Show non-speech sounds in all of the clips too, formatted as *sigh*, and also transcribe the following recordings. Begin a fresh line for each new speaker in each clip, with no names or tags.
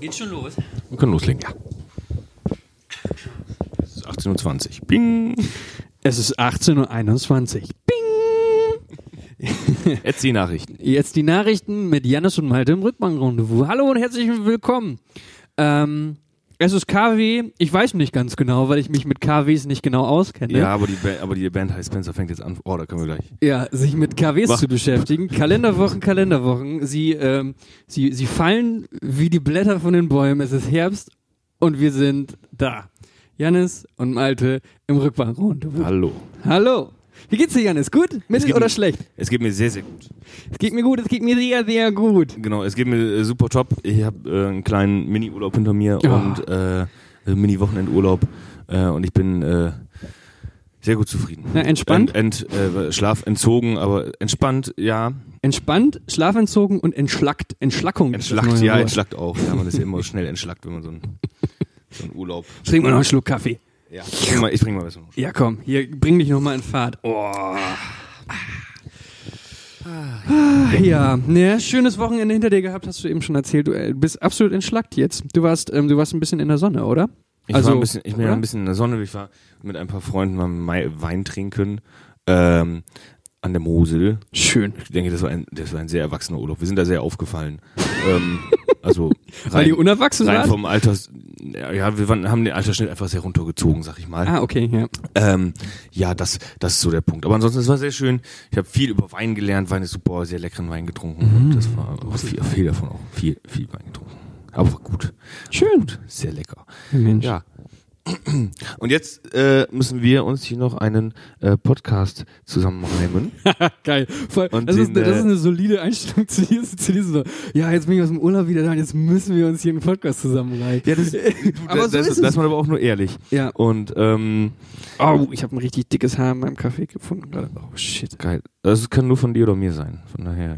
Geht schon los.
Wir können loslegen, ja. Es ist 18.20 Uhr. Bing!
Es ist 18.21 Uhr.
Jetzt die Nachrichten.
Jetzt die Nachrichten mit Jannis und Malte im Rückbank-Rendezvous. Hallo und herzlich willkommen. Ähm, es ist KW, ich weiß nicht ganz genau, weil ich mich mit KWs nicht genau auskenne.
Ja, aber die, Ba- aber die Band heißt Spencer fängt jetzt an. Oh, da können wir gleich.
Ja, sich mit KWs
Mach.
zu beschäftigen. Kalenderwochen, Kalenderwochen. Sie, ähm, sie, sie fallen wie die Blätter von den Bäumen. Es ist Herbst und wir sind da. Jannis und Malte im Rückbank-Rendezvous.
Hallo.
Hallo. Wie geht's dir, Janis? Gut? Mittel
geht
oder
mir-
schlecht?
Es geht mir sehr, sehr gut.
Es geht mir gut, es geht mir sehr, sehr gut.
Genau, es geht mir äh, super top. Ich habe äh, einen kleinen Mini-Urlaub hinter mir
Ja.
und äh, einen Mini-Wochenendurlaub äh, und ich bin äh, sehr gut zufrieden.
Na, entspannt?
Ent, ent, äh, Schlaf entzogen, aber entspannt, ja.
Entspannt, schlafentzogen und entschlackt. Entschlackung. ist das
Entschlackt,
neue
ja,
Wort.
entschlackt auch. Ja, man ist ja immer schnell entschlackt, wenn man so einen, so einen Urlaub.
Trink mal noch einen Schluck Kaffee.
Ja. Ich bring mal, ich bring mal was.
Ja, komm, hier, bring dich nochmal in Fahrt. Oh. Ah, Ja, ne, schönes Wochenende hinter dir gehabt, hast du eben schon erzählt. Du äh, bist absolut entschlackt jetzt. Du warst, ähm, du warst ein bisschen in der Sonne, oder?
Ich, war ein bisschen, ich bin
Also,
ja
oder?
ein bisschen in der Sonne. Ich war mit ein paar Freunden mal Mai- Wein trinken ähm, an der Mosel.
schön.
Ich denke, das war ein, das war ein sehr erwachsener Urlaub. Wir sind da sehr aufgefallen. ähm,
*laughs*
also
Weil die
rein,
unerwachsen
rein
waren?
vom Alter. Ja, wir waren, haben den Altersschnitt einfach sehr runtergezogen, sag ich mal.
Ah, okay, ja.
Ähm, ja, das, das ist so der Punkt. Aber ansonsten, es war sehr schön. Ich habe viel über Wein gelernt. Wein ist super, sehr leckeren Wein getrunken.
Mhm.
Und Das war auch viel, viel davon auch. Viel, viel Wein getrunken. Aber war gut.
Schön.
Sehr lecker.
Mensch.
Ja. Und jetzt äh, müssen wir uns hier noch einen äh, Podcast zusammenreimen.
*laughs* *laughs* Geil. Voll,
Und
das, ist,
den,
das
äh,
ist eine solide Einstellung *laughs* zu diesem, zu diesem. Ja, jetzt bin ich aus dem Urlaub wieder da und jetzt müssen wir uns hier einen Podcast zusammenreißen.
Ja, *laughs* das,
Aber so
das,
ist
das
es.
man aber auch nur ehrlich.
Ja.
Und ähm,
Oh, ich habe ein richtig dickes Haar in meinem Kaffee gefunden gerade. Oh, shit.
geil. Das kann nur von dir oder mir sein. Von daher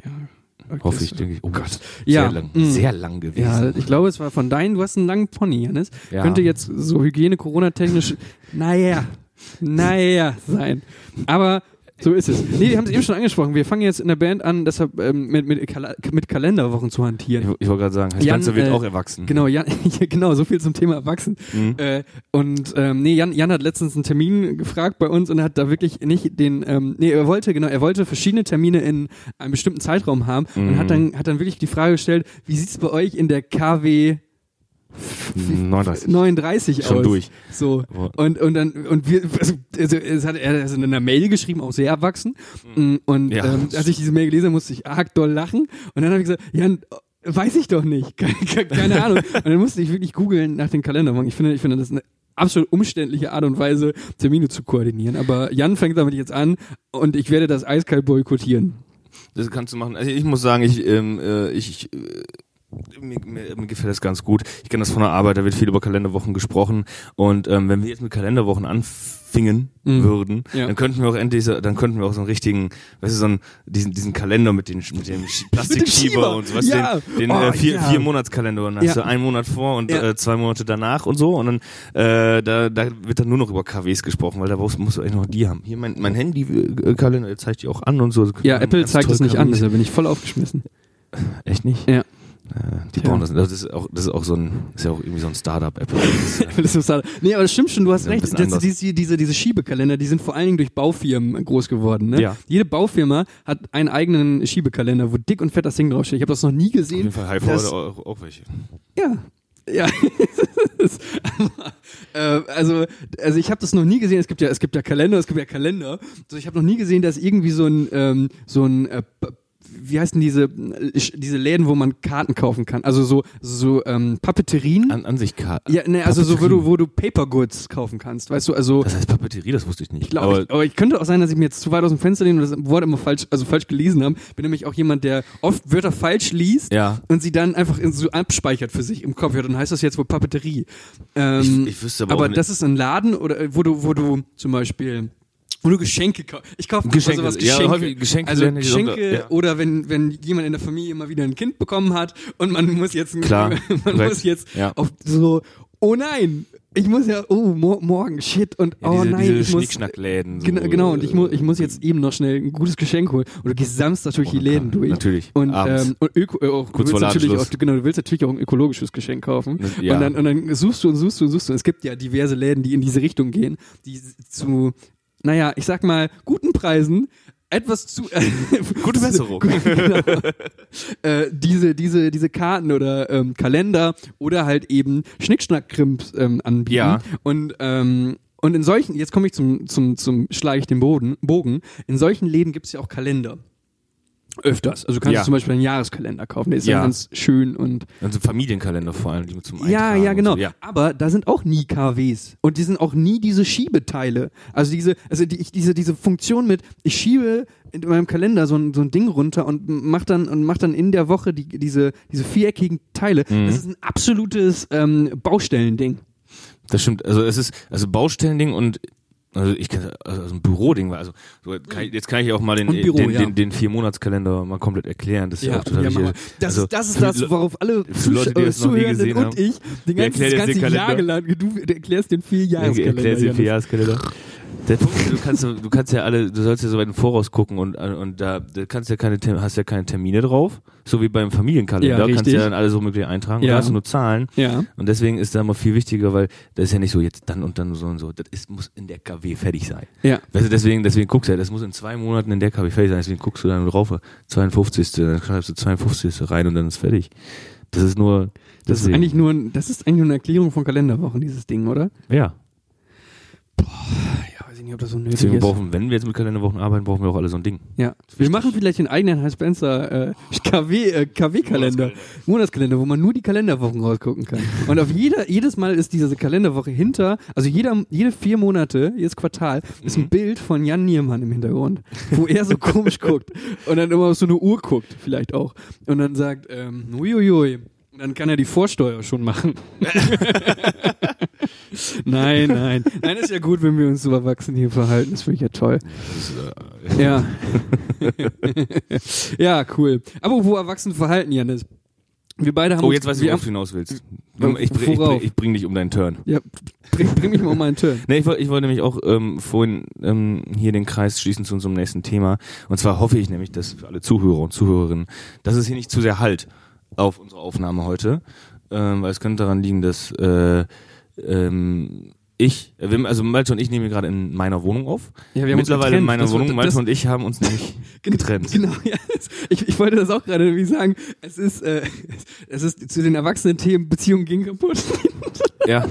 Okay,
hoffe ich,
so.
denke ich. Oh Gott,
Ja,
sehr lang,
mm.
sehr lang
Ja,
gewesen.
ich glaube, es war von deinen. Du hast einen langen Pony, Janis.
Ja.
Könnte jetzt so Hygiene, Corona-technisch, *laughs* naja, naja sein. Aber so ist es. Nee, wir haben es eben schon angesprochen. Wir fangen jetzt in der Band an, deshalb ähm, mit, mit, Kala- mit Kalenderwochen zu
ich,
hantieren.
ich wollte gerade sagen, Herr
Jan,
Spencer wird
äh,
auch erwachsen.
Genau, Jan, *laughs* ja, genau, so viel zum Thema Erwachsen.
Mhm.
Äh, und ähm, nee, Jan, Jan hat letztens einen Termin gefragt bei uns und hat da wirklich nicht den, ähm, nee, er wollte, genau, er wollte verschiedene Termine in einem bestimmten Zeitraum haben und
Mhm.
hat dann, hat dann wirklich die Frage gestellt, wie sieht's bei euch in der KW
39.
39
Schon
aus?
durch.
So.
Aber-
Und, und dann, und wir, also, also es hat er hat in einer Mail geschrieben, auch sehr erwachsen. Und
Mhm. Ja.
ähm, als ich diese Mail gelesen habe, musste ich arg doll lachen. Und dann habe ich gesagt, Jan, weiß ich doch nicht. *laughs* Keine, keine Ahnung. Und dann musste ich wirklich googeln nach den Kalenderwochen. Ich finde, ich finde das eine absolut umständliche Art und Weise, Termine zu koordinieren. Aber Jan fängt damit jetzt an und ich werde das eiskalt boykottieren.
Das kannst du machen. Also ich muss sagen, ich, ähm, äh, ich, ich äh, mir, mir, mir gefällt das ganz gut. Ich kenne das von der Arbeit, da wird viel über Kalenderwochen gesprochen. Und ähm, wenn wir jetzt mit Kalenderwochen anfingen würden,
Mhm. Ja.
dann könnten wir auch endlich, so, dann könnten wir auch so einen richtigen, weißt du, so einen, diesen, diesen Kalender mit, den, mit
*laughs*
dem Sch-
Schieber.
Plastikschieber und so, weißt du,
Ja.
den, den
Oh,
äh, vier,
ja.
vier Monatskalender. Und dann hast
Ja.
du einen Monat vor und
Ja.
äh, zwei Monate danach und so. Und dann äh, da, da wird dann nur noch über KWs gesprochen, weil da brauchst, musst du eigentlich noch die haben. Hier mein, mein äh, Handy-Kalender, der zeigt die auch an und so.
Ja,
Ähm,
Apple
ganz
zeigt
toll
es nicht
kann
an,
man
deshalb bin ich voll
*laughs*
aufgeschmissen.
Echt nicht?
Ja.
Äh, die
Tja.
bauen das. Das ist auch, das ist auch so ein, ist ja auch irgendwie so ein Startup. Apple.
*laughs* Apple ist im Startup. Nee, aber das stimmt schon, du hast
halt- Ja, ein
recht.
bisschen
Das,
anders.
diese, diese, diese Schiebekalender, die sind vor allen Dingen durch Baufirmen groß geworden. Ne?
Ja.
Jede Baufirma hat einen eigenen Schiebekalender, wo dick und fett das Ding draufsteht. Ich habe das noch nie
Auf jeden
gesehen.
Fall High
Das-
Power auch, auch welche.
Ja. Ja, *laughs* Das- aber, äh, also, also ich habe das noch nie gesehen. Es gibt ja, es gibt ja Kalender, es gibt ja Kalender. So, ich habe noch nie gesehen, dass irgendwie so ein, ähm, so ein, äh, p- wie heißen diese, äh, diese Läden, wo man Karten kaufen kann? Also so, so ähm, Papeterien.
An, an sich Karten.
Ja, ne, also so, wo du, wo du Paper Goods kaufen kannst, weißt du, also
Das heißt Papeterie, das wusste ich nicht.
ich glaube, ich, aber ich könnte auch sein, dass ich mir jetzt zu weit aus dem Fenster lehne und das Wort immer falsch, also falsch gelesen habe. Bin nämlich auch jemand, der oft Wörter falsch liest
Ja.
und sie dann einfach in, so abspeichert für sich im Kopf. Ja, dann heißt das jetzt wohl Papeterie. Ähm,
Ich- ich wüsste aber auch nicht-
das ist ein Laden oder äh, wo du, wo du zum Beispiel wo du Geschenke kaufst. Ich kaufe
Geschenke,
sowas
ja,
Geschenke.
häufig Geschenke
also
werden die so-
Geschenke
ja.
oder wenn, wenn jemand in der Familie mal wieder ein Kind bekommen hat und *laughs* man muss jetzt ein,
Klar,
man
korrekt.
muss jetzt
Ja.
auf so oh nein, ich muss ja, oh, mo morgen, shit, und
Ja,
oh
diese,
nein,
diese
ich muss.
Schnickschnackläden. So,
Genau, genau, und ich, mu ich muss
äh,
jetzt eben noch schnell ein gutes Geschenk holen. Und du gehst samstags durch die
na
Läden
klar,
durch.
natürlich,
Und,
abends.
ähm, und Öko, äh, auch,
Kurz
du
vor
willst natürlich auch,
Ladenschluss. Ne,
genau, du willst natürlich auch ein ökologisches Geschenk kaufen.
Ja.
Und, dann, und dann suchst du und suchst du und suchst du. Und es gibt ja diverse Läden, die in diese Richtung gehen, die zu, naja, ich sag mal, guten Preisen etwas zu *laughs*
Gute Besserung.
Gut, genau. äh, diese diese diese Karten oder ähm, Kalender oder halt eben Schnickschnack-Krimps ähm, anbieten
Ja.
und ähm, und in solchen jetzt komme ich zum zum zum schlage ich den Boden Bogen in solchen Läden gibt es ja auch Kalender öfters also du kannst
Ja.
du zum Beispiel einen Jahreskalender kaufen der ist ja,
Ja.
ganz schön und
Also Familienkalender vor allem, die zum
ja,
Eintragen
ja,
und
genau.
So. Ja.
Aber da sind auch nie KWs. Und die sind auch nie diese Schiebeteile. Also diese, also die, ich, diese, diese Funktion mit, ich schiebe in meinem Kalender so ein, so ein Ding runter und mach dann, und mach dann in der Woche die, diese, diese viereckigen Teile.
Mhm.
Das ist ein absolutes ähm, Baustellending.
Das stimmt. Also es ist also Baustellending und also ich kann also ein Büroding war also so, kann ich, jetzt kann ich auch mal den
Und Büro,
den,
ja.
den, den vier Monatskalender mal komplett erklären. Das ist ja, auch total
mach mal.
wichtig.
das,
also,
ist, das ist
für
das,
Le-
worauf alle
für Leute, die
Zuschauer-
das noch nie
Zuhörenden
gesehen
und ich den ganzen,
erklärt
das
jetzt den
ganze Jahr
Kalender.
gelang, du erklärst den
Erklär-
Vierjahreskalender.
Erklärst den
Janis.
Vierjahreskalender. Der Punkt ist, du kannst, du kannst ja alle, du sollst ja so weit im Voraus gucken und, äh, und da, da kannst ja keine, Term- hast ja keine Termine drauf. So wie beim Familienkalender.
Ja,
kannst
richtig.
ja dann alle so möglich eintragen.
Ja.
Und da hast du nur Zahlen.
Ja.
Und deswegen ist da immer viel wichtiger, weil das ist ja nicht so jetzt dann und dann so und so. Das ist, muss in der KW fertig sein.
Ja.
Also deswegen, deswegen guckst du ja, das muss in zwei Monaten in der KW fertig sein. Deswegen guckst du dann drauf, 52. Dann schreibst du 52. rein und dann ist fertig. Das ist nur,
Das ist
deswegen.
eigentlich nur, ein- das ist eigentlich nur eine Erklärung von Kalenderwochen, dieses Ding, oder?
ja.
Ja, weiß ich nicht, ob das so nötig
Deswegen
ist.
brauchen, wenn wir jetzt mit Kalenderwochen arbeiten, brauchen wir auch alle so ein Ding.
Ja. Wir machen vielleicht den eigenen High Spencer äh, KW, äh, KW-Kalender, Monatskalender. wo man nur die Kalenderwochen rausgucken kann. Und auf jeder, jedes Mal ist diese Kalenderwoche hinter, also jeder, jede vier Monate, jedes Quartal, ist ein Bild von Jan Niermann im Hintergrund, wo er so komisch guckt und dann immer auf so eine Uhr guckt, vielleicht auch. Und dann sagt, ähm, uiuiui. Und dann kann er die Vorsteuer schon
*laughs*
machen. nein, nein. Nein, ist ja gut, wenn wir uns so erwachsen hier verhalten. Das finde ich ja toll. Ja. *laughs* ja, cool. Aber wo erwachsen verhalten, Janis? Wir beide haben
Oh,
uns-
jetzt weiß ich,
wir
worauf du
haben,
hinaus willst.
Wo-
Ich, bring- ich,
worauf?
bring- ich bring dich um deinen Turn.
Ja, bring, bring mich mal um meinen Turn.
Nee, ich, woll- ich wollte nämlich auch ähm, vorhin ähm, hier den Kreis schließen zu unserem nächsten Thema. Und zwar hoffe ich nämlich, dass für alle Zuhörer und Zuhörerinnen, dass es hier nicht zu sehr halt auf unsere Aufnahme heute, ähm, weil es könnte daran liegen, dass äh, ähm, ich, äh, wir- also Malte und ich nehmen hier gerade in meiner Wohnung auf.
Ja, wir haben uns
Mittlerweile in
getrennt.
meiner
Das-
Wohnung, Malte
das-
und ich haben uns nämlich getrennt.
*laughs* Genau, ja. Ich, ich wollte das auch gerade irgendwie sagen. Es ist, äh, es ist zu den erwachsenen Themen Beziehung ging kaputt. *laughs*
Ja, *laughs*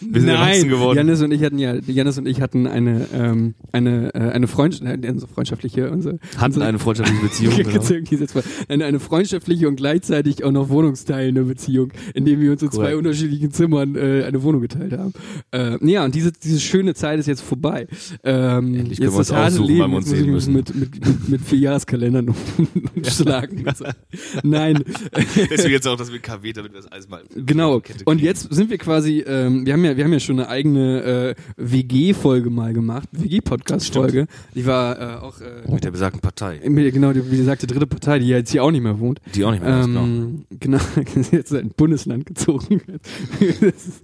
wir sind
Nein.
erwachsen geworden.
Janis und ich hatten ja, Janis und ich hatten eine, ähm, eine, äh, eine Freundschaft, äh, unsere freundschaftliche, unsere,
Hatten
unsere
eine
*laughs*
freundschaftliche Beziehung. genau.
Beziehung, die ist jetzt voll- eine, eine freundschaftliche und gleichzeitig auch noch wohnungsteilende Beziehung, indem wir uns in zwei
Korrekt.
unterschiedlichen Zimmern äh, eine Wohnung geteilt haben. Äh, ja, und diese, diese schöne Zeit ist jetzt vorbei. Ähm,
Endlich können
jetzt
wir uns
das harte
aussuchen,
Leben,
wann wir
jetzt muss
uns
ich mich
sehen müssen.
Mit, mit, mit, mit vier Jahreskalendern um,
*laughs*
umschlagen. Nein,
Deswegen jetzt auch, dass wir KW, damit wir das alles mal.
genau.
Kette
Und
kriegen.
jetzt sind wir quasi, ähm, wir haben ja, wir haben ja schon eine eigene äh, WG-Folge mal gemacht, WG-Podcast-Folge. Die war äh, auch äh,
Mit der besagten Partei,
mit- genau die, wie gesagt, die dritte Partei, die ja jetzt hier auch nicht mehr wohnt.
die auch nicht mehr da ist, genau.
Ähm, genau, *laughs* jetzt ein Bundesland gezogen. das ist,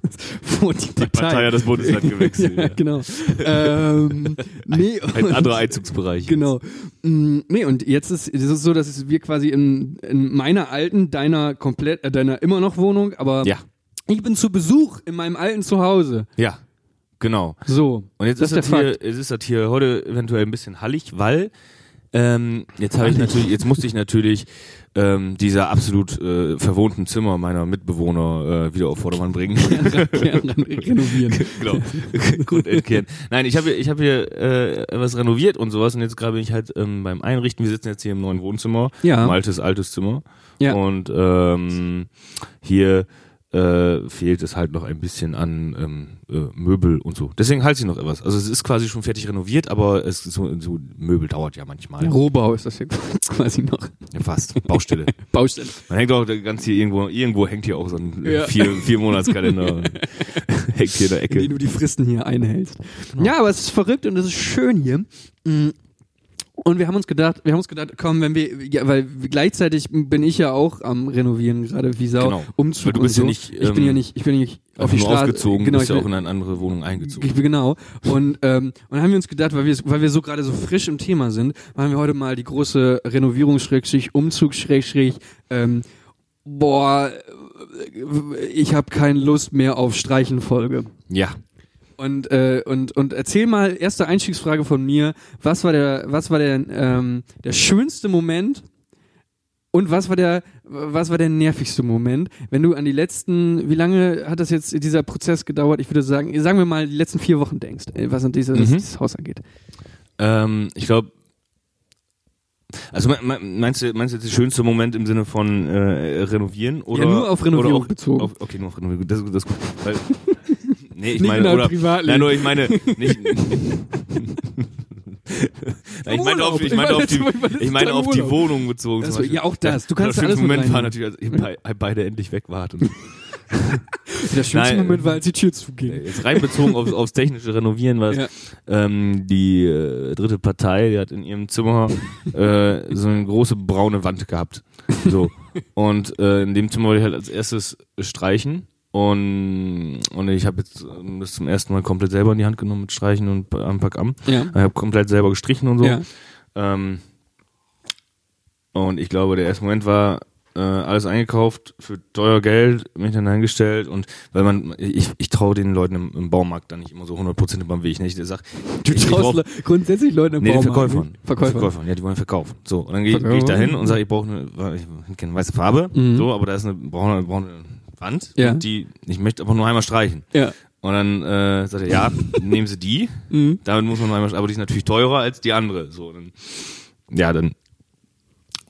wo die Partei,
Partei hat
*laughs*
das Bundesland gewechselt,
ja,
*laughs* ja.
genau.
*laughs*
ähm, nee,
Ein
und-
anderer Einzugsbereich.
Genau. Mm, Nee, und jetzt ist es ist so, dass es wir quasi in, in meiner alten, deiner komplett, äh, deiner immer noch Wohnung, aber
Ja,
ich bin zu Besuch in meinem alten Zuhause.
ja, genau.
So. *laughs*
Und jetzt
Das
ist,
ist
das
der
hier, es ist das hier heute eventuell ein bisschen hallig, weil ähm, jetzt habe ich natürlich, jetzt musste ich natürlich ähm, dieser absolut äh, verwohnten Zimmer meiner Mitbewohner äh, wieder auf Vordermann bringen.
*laughs* renovieren.
*laughs* genau. Gut entkehren. Nein, ich habe hier- ich habe hier äh, was renoviert und sowas und jetzt gerade bin ich halt ähm, beim Einrichten. Wir sitzen jetzt hier im neuen Wohnzimmer.
Ja.
Ein altes, altes Zimmer.
Ja.
Und ähm, hier äh, fehlt es halt noch ein bisschen an ähm, äh, Möbel und so. Deswegen halt sie noch etwas. Also es ist quasi schon fertig renoviert, aber es ist so, so Möbel dauert ja manchmal.
Rohbau ist das hier *laughs* quasi noch.
Ja, fast.
*laughs*
Baustelle.
Baustelle.
Man hängt auch ganz hier irgendwo, irgendwo hängt hier auch so ein
Ja.
äh, vier,
*laughs*
vier Monatskalender. *laughs* hängt hier in der
in
Ecke.
denen du die Fristen hier einhältst. Ja, aber es ist verrückt und es ist schön hier. Mm. Und wir haben uns gedacht, wir haben uns gedacht, komm, wenn wir, ja, weil gleichzeitig bin ich ja auch am Renovieren gerade, wie Sau,
Genau.
Umzug
Weil du
und
bist ja
so.
nicht,
ich bin ja
ähm,
nicht, ich bin ja nicht auf
Auf
die
nur
Straße.
ausgezogen,
genau,
bist ja
ich
auch in eine andere Wohnung eingezogen.
bin, genau. Und, ähm, und haben wir uns gedacht, weil wir, weil wir so gerade so frisch im Thema sind, machen wir heute mal die große Renovierung, Schrägstrich, Umzug, Schrägstrich, ähm, boah, ich habe keine Lust mehr auf Streichenfolge.
Ja.
Und, äh, und, und erzähl mal, erste Einstiegsfrage von mir, was war der, was war der, ähm, der schönste Moment und was war der, was war der nervigste Moment, wenn du an die letzten, wie lange hat das jetzt dieser Prozess gedauert? Ich würde sagen, sagen wir mal die letzten vier Wochen denkst, äh, was an dieses,
Mhm.
dieses Haus angeht.
Ähm, ich glaube, also me- me- meinst du, meinst du jetzt der schönste Moment im Sinne von äh, renovieren oder
nur auf Renovierung
oder auch,
bezogen.
Auf, okay, nur auf Renovierung. Das, das ist gut.
*laughs*
Weil, nee,
Nicht
ich
in
meine
deinem
oder
Privatleben.
nein, nur ich meine
*laughs*
nicht. Nein, ich meinte auf, ich meine auf die, ich meine auf die Wohnung bezogen.
Das
zum
war- ja,
Beispiel.
auch das. Du kannst
der
da alles
schönste
mit
Moment war
reinnehmen.
natürlich, als eben bei- beide endlich weg waren.
Der schönste
Nein.
Moment war, als die Tür zuging.
Äh, Jetzt rein bezogen aufs, aufs technische Renovieren war es,
Ja.
ähm, die äh, dritte Partei, die hat in ihrem Zimmer äh, so eine große braune Wand gehabt. So. Und äh, in dem Zimmer wollte ich halt als erstes streichen. Und, und ich habe jetzt ähm, das zum ersten Mal komplett selber in die Hand genommen mit Streichen und Pa- am Pack am.
Ja.
Ich habe komplett selber gestrichen und so.
Ja.
Ähm, und ich glaube, der erste Moment war äh, alles eingekauft für teuer Geld, mich dann hingestellt und weil man, ich, ich traue den Leuten im, im Baumarkt dann nicht immer so 100% über den Weg. Ne? Ich sag,
Du
ich, ich
traust
brauch-
Le- grundsätzlich Leuten im
Nee, den
Baumarkt.
Verkäufern.
Verkäufer.
Verkäufern. Ja, die wollen verkaufen. So, und dann gehe
Verkäufer.
geh ich da hin und sage, ich brauche eine, ich kenne weiße Farbe,
Mhm.
so, aber da ist eine braune, braune Wand,
Ja.
und die, ich möchte aber nur einmal streichen.
Ja.
Und dann äh, sagt
*laughs*
er, ja, nehmen Sie die.
Mhm.
Damit muss man einmal, aber die ist natürlich teurer als die andere. So, dann, ja, dann,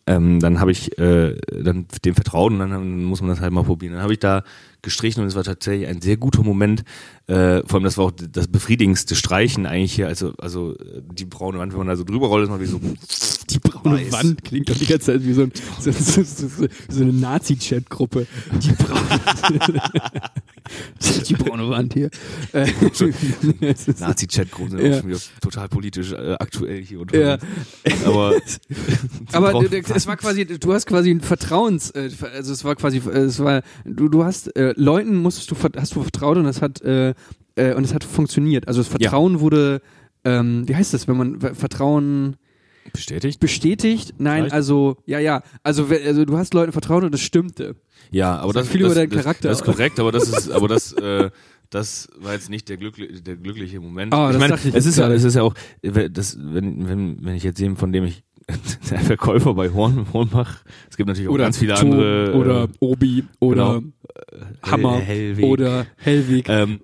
ähm, dann habe ich äh, dann dem vertraut und dann, dann muss man das halt mal probieren. Dann habe ich da gestrichen und es war tatsächlich ein sehr guter Moment. Äh, vor allem, das war auch das befriedigendste Streichen eigentlich hier. Also, also äh, die braune Wand, wenn man da so drüber rollt, ist man wie so
*laughs* Die braune
Weiß.
Wand klingt doch die ganze Zeit wie so, ein, so, so, so, so, so eine Nazi-Chat-Gruppe. Die braune, die braune Wand hier. Äh, es ist-
Nazi-Chat-Gruppen sind
Ja.
auch schon wieder total politisch äh, aktuell hier
Ja.
unterwegs.
*laughs*
*laughs* Aber,
Aber
Braune
du- du- es war quasi, du hast quasi ein Vertrauens, äh, ver- also es war quasi, äh, es war, du, du hast äh, Leuten musstest du, ver- hast du vertraut und das hat äh, äh, und es hat funktioniert. Also das Vertrauen wurde, ähm, wie heißt das, wenn man Ver- Vertrauen
bestätigt?
bestätigt? Nein,
Vielleicht.
also ja, ja, also, we- also du hast Leuten vertraut und es stimmte.
Ja, aber
Sagt
das,
viel
das,
über deinen
das,
Charakter
Das ist
aus.
korrekt, aber das
*laughs*
ist, aber das, äh, das war jetzt nicht der, glückli der glückliche Moment.
Ah, das
ich meine,
dachte ich
es
jetzt
ist ja,
gerade.
es ist ja auch, äh, we- das, wenn, wenn, wenn ich jetzt jemanden, von dem ich *laughs* der Verkäufer bei Horn, Hornbach, es gibt natürlich auch ganz viele
Tom
andere. äh,
oder Obi oder
genau.
Hammer
Hell- Hellweg.
oder Hellweg.
Ähm,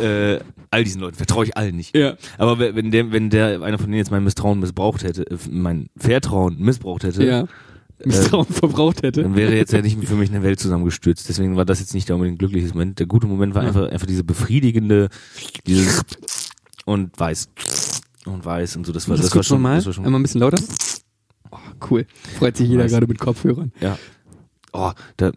äh, all diesen Leuten vertraue ich allen nicht.
Ja.
Aber we- wenn der, wenn der einer von denen jetzt mein Misstrauen missbraucht hätte, äh, mein Vertrauen missbraucht hätte,
ja. Misstrauen verbraucht hätte.
Äh, dann wäre jetzt ja nicht für mich eine Welt zusammengestürzt. Deswegen war das jetzt nicht der unbedingt glückliche Moment. Der gute Moment war
Ja.
einfach, einfach diese befriedigende, dieses und weiß und weiß und so. Das war, das war
kurz
schon,
nochmal.
das war schon,
Einmal ein bisschen lauter. Oh, cool. Freut sich jeder
Weiß.
gerade mit Kopfhörern.
ja. Oh, da,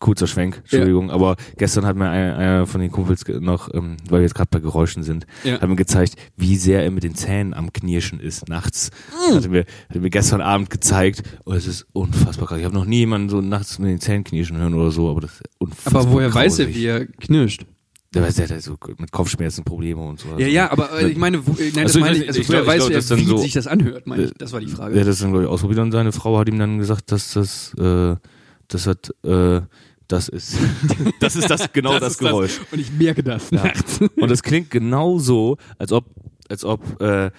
kurzer Schwenk, Entschuldigung, aber gestern hat mir einer, einer von den Kumpels ge- noch, ähm, weil wir jetzt gerade bei Geräuschen sind,
Ja.
hat mir gezeigt, wie sehr er mit den Zähnen am Knirschen ist nachts.
Mm.
Hat, er mir, hat er mir gestern Abend gezeigt, oh, es ist unfassbar krass. Ich habe noch nie jemanden so nachts mit den Zähnen knirschen hören oder so, aber das ist unfassbar
Aber woher weiß er,
grausig.
wie er knirscht?
Der weiß, der hat ja so mit Kopfschmerzen Probleme und so.
Ja, ja, aber äh, ich meine, wo, äh, nein, das
Also, ich
meine ich,
weiß
also
nicht, ich
woher
glaub- ich
weiß
glaub, das ist
er,
dann
wie
so-
sich das anhört, meine ich.
Äh,
Das war die
Der
Frage.
hat das dann, glaube ich, ausprobiert und seine Frau hat ihm dann gesagt, dass das, äh, das hat, äh, das ist. *laughs* Das ist das, genau das,
ist
Geräusch.
*laughs* Und ich merke das nachts.
Und es klingt genauso, als ob, als ob, äh, äh,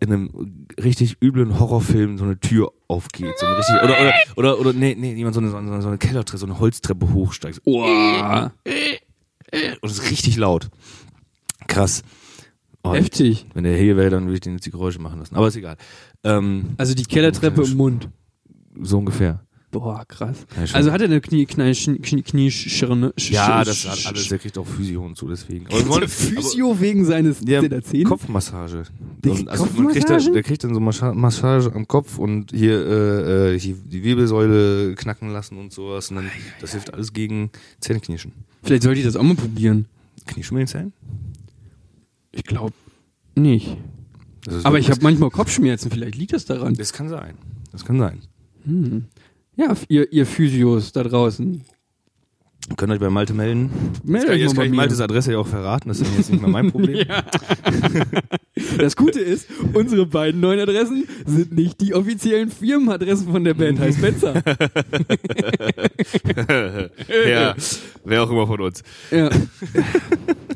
in einem richtig üblen Horrorfilm so eine Tür aufgeht. So eine richtig, oder, oder, oder, oder, nee, nee, jemand so eine, so eine, so eine Kellertreppe, so eine Holztreppe hochsteigt. Oh,
Boah,
und es ist richtig laut. Krass. Oh,
heftig.
Wenn der hier wäre, dann würde ich den jetzt die Geräusche machen lassen. Aber ist egal. Ähm,
Also die Kellertreppe im Mund.
so ungefähr.
Boah, krass.
Ja, schon.
Also hat er eine Knie, Knie, Knie, Knie, Schirne, Sch-
ja,
Sch-
das hat alles. Der kriegt auch Physio und so, deswegen. Aber wir wollen-
Der Physio wegen seines
aber- ja,
der Zähne.
Kopfmassage.
Die
Und also man kriegt da,
Kopfmassagen?
der kriegt dann so Mascha- Massage am Kopf und hier, äh, äh, hier die Wirbelsäule knacken lassen und sowas. Und dann, das hilft alles gegen Zähneknirschen.
Vielleicht sollte ich das auch mal probieren.
Knirschen mit den Zähnen?
Ich glaube nicht.
Das ist
Aber
wirklich-
ich habe manchmal Kopfschmerzen, vielleicht liegt das daran. Hm.
Das kann sein. Das kann sein.
Ja, f- ihr, ihr Physios da draußen.
Ihr Könnt euch bei Malte melden.
Meldet
jetzt kann,
euch
jetzt
mal bei
kann ich
mir.
Maltes Adresse ja auch verraten. Das ist jetzt nicht mehr
*laughs*
mein Problem.
Das Gute ist, unsere beiden neuen Adressen sind nicht die offiziellen Firmenadressen von der Band, heißt *laughs* Benzer.
ja, wer auch immer von uns.
Ja.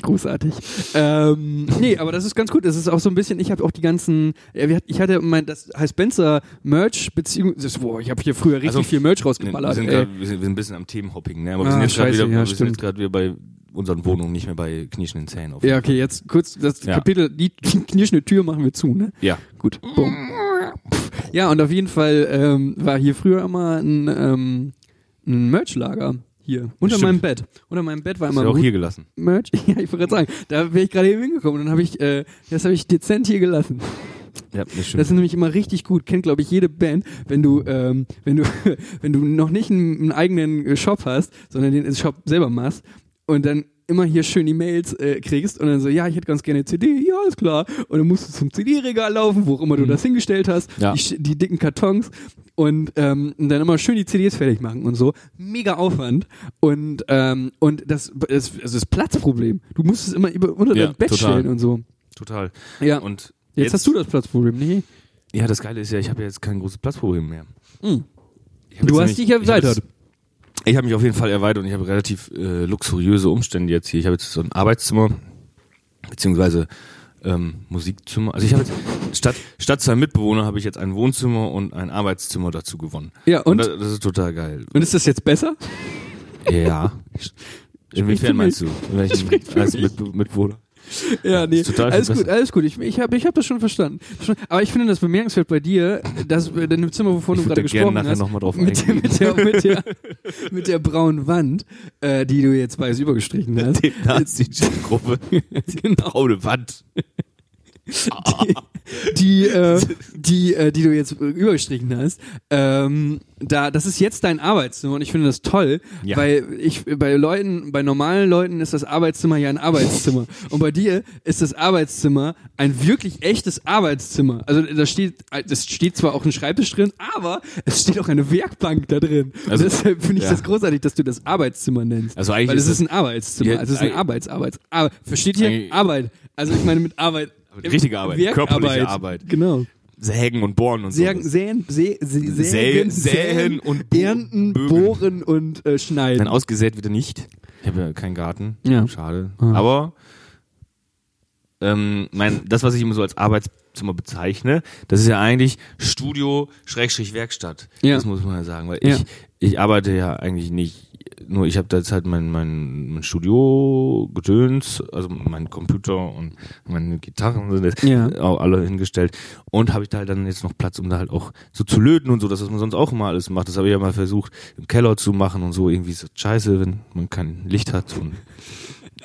Großartig. Ähm, nee, aber das ist ganz gut. Das ist auch so ein bisschen, ich habe auch die ganzen, ja, wir hat- ich hatte mein, das heißt Benzer Merch, beziehungsweise, boah, ich habe hier früher richtig
Also,
viel Merch
Wir
rausgeballert.
sind,
ey.
grad, wir, sind, wir sind ein bisschen am Themenhopping, ne? aber wir
Ah,
sind jetzt gerade
scheiße,
wieder,
ja,
wir sind
stimmt.
jetzt grad wieder bei unseren Wohnungen, nicht mehr bei knischenden Zähnen. Auf.
Ja, okay, jetzt kurz das
Ja.
Kapitel, die *laughs* knirschende Tür machen wir zu, ne?
ja.
Gut, bumm. Ja, und auf jeden Fall ähm, war hier früher immer ein, ähm, ein Merchlager. Hier, unter
Stimmt.
meinem Bett. Unter meinem Bett war
Ist
immer
ja
ein
auch hier gelassen.
Merch. *laughs* Ja, ich wollte gerade sagen, da wäre ich gerade eben hingekommen und dann habe ich, äh, das habe ich dezent hier gelassen.
Ja, das stimmt.
Das ist nämlich immer richtig gut, kennt glaube ich jede Band, wenn du, ähm, wenn du, *laughs* wenn du noch nicht einen, einen eigenen äh, Shop hast, sondern den Shop selber machst und dann immer hier schön die Mails äh, kriegst und dann so, ja, ich hätte ganz gerne CD, ja, ist klar. Und dann musst du zum CD-Regal laufen, wo auch immer du das hingestellt hast,
Mhm. Ja.
die, sch- die dicken Kartons und, ähm, und dann immer schön die CDs fertig machen und so. Mega Aufwand. Und, ähm, und das, das, das ist Platzproblem. Du musst es immer über, unter
Ja,
dein Bett
total.
stellen und so.
Total.
Ja.
Und
Jetzt, hast du das Platzproblem, nicht?
Ja, das Geile ist ja, ich habe ja jetzt kein großes Platzproblem mehr.
Mhm.
Ich
Du
hab jetzt
hast
nämlich-
dich ja
ich hab jetzt-
erweitert.
Ich habe mich auf jeden Fall erweitert und ich habe relativ äh, luxuriöse Umstände jetzt hier. Ich habe jetzt so ein Arbeitszimmer, beziehungsweise ähm, Musikzimmer. Also ich habe jetzt, statt, statt zwei Mitbewohner habe ich jetzt ein Wohnzimmer und ein Arbeitszimmer dazu gewonnen.
Ja, und?
das, das ist total geil.
Und ist das jetzt besser?
Ja.
für
Inwiefern meinst du?
mich.
In welchem- als Mitbe- *laughs* Mitbewohner?
Ja, nee.
Ist total viel
alles gut,
besser.
alles gut. Ich, ich habe ich hab das schon verstanden. Schon- Aber ich finde das bemerkenswert bei dir, dass äh, deinem Zimmer, wovon
Ich
du
würd
gerade
da gerne
gesprochen
nachher
hast,
noch mal drauf
mit, der,
eingehen.
mit, der, mit,
*laughs*
der, mit der braunen Wand, äh, die du jetzt weiß übergestrichen hast.
Die *laughs* Nazi-Gruppe.
genau.
Ohne Wand.
Die, äh, die, äh, die du jetzt äh, übergestrichen hast, ähm, da, das ist jetzt dein Arbeitszimmer und ich finde das toll,
Ja.
weil ich bei Leuten, bei normalen Leuten ist das Arbeitszimmer ja ein
*laughs*
Arbeitszimmer und bei dir ist das Arbeitszimmer ein wirklich echtes Arbeitszimmer. Also da steht, es steht zwar auch ein Schreibtisch drin, aber es steht auch eine Werkbank da drin. Also,
Also-
deshalb finde ich
ja.
das großartig, dass du das Arbeitszimmer nennst.
Also eigentlich
weil es
ist
ist ein Arbeitszimmer,
Ja,
also es ist ein
eig-
Arbeits, Arbeits, Ar versteht ihr?
Eigentlich-
Arbeit. Also ich meine mit Arbeit.
Aber richtige Arbeit, körperliche Arbeit.
Genau.
*laughs* Sägen und Bohren und so.
Sägen, säen, sä, sä,
Sä-
sägen,
säen und bo-
ernten,
bögen. Genau.
bohren und äh, schneiden.
Dann ausgesät wird er nicht. Ich habe ja keinen Garten.
Ja.
Schade.
Ah.
Aber ähm, mein, das, was ich immer so als Arbeitszimmer bezeichne, das ist ja eigentlich Studio Schrägstrich Werkstatt.
Ja.
Das muss man ja sagen, weil
Ja.
ich, ich arbeite ja eigentlich nicht. Nur ich habe da jetzt halt mein, mein, mein Studio gedöns, also mein Computer und meine Gitarren sind jetzt *laughs*
Ja.
auch alle hingestellt. Und habe ich da halt dann jetzt noch Platz, um da halt auch so zu löten und so, das, was man sonst auch immer alles macht. Das habe ich ja mal versucht, im Keller zu machen und so. Irgendwie ist das scheiße, wenn man kein Licht hat und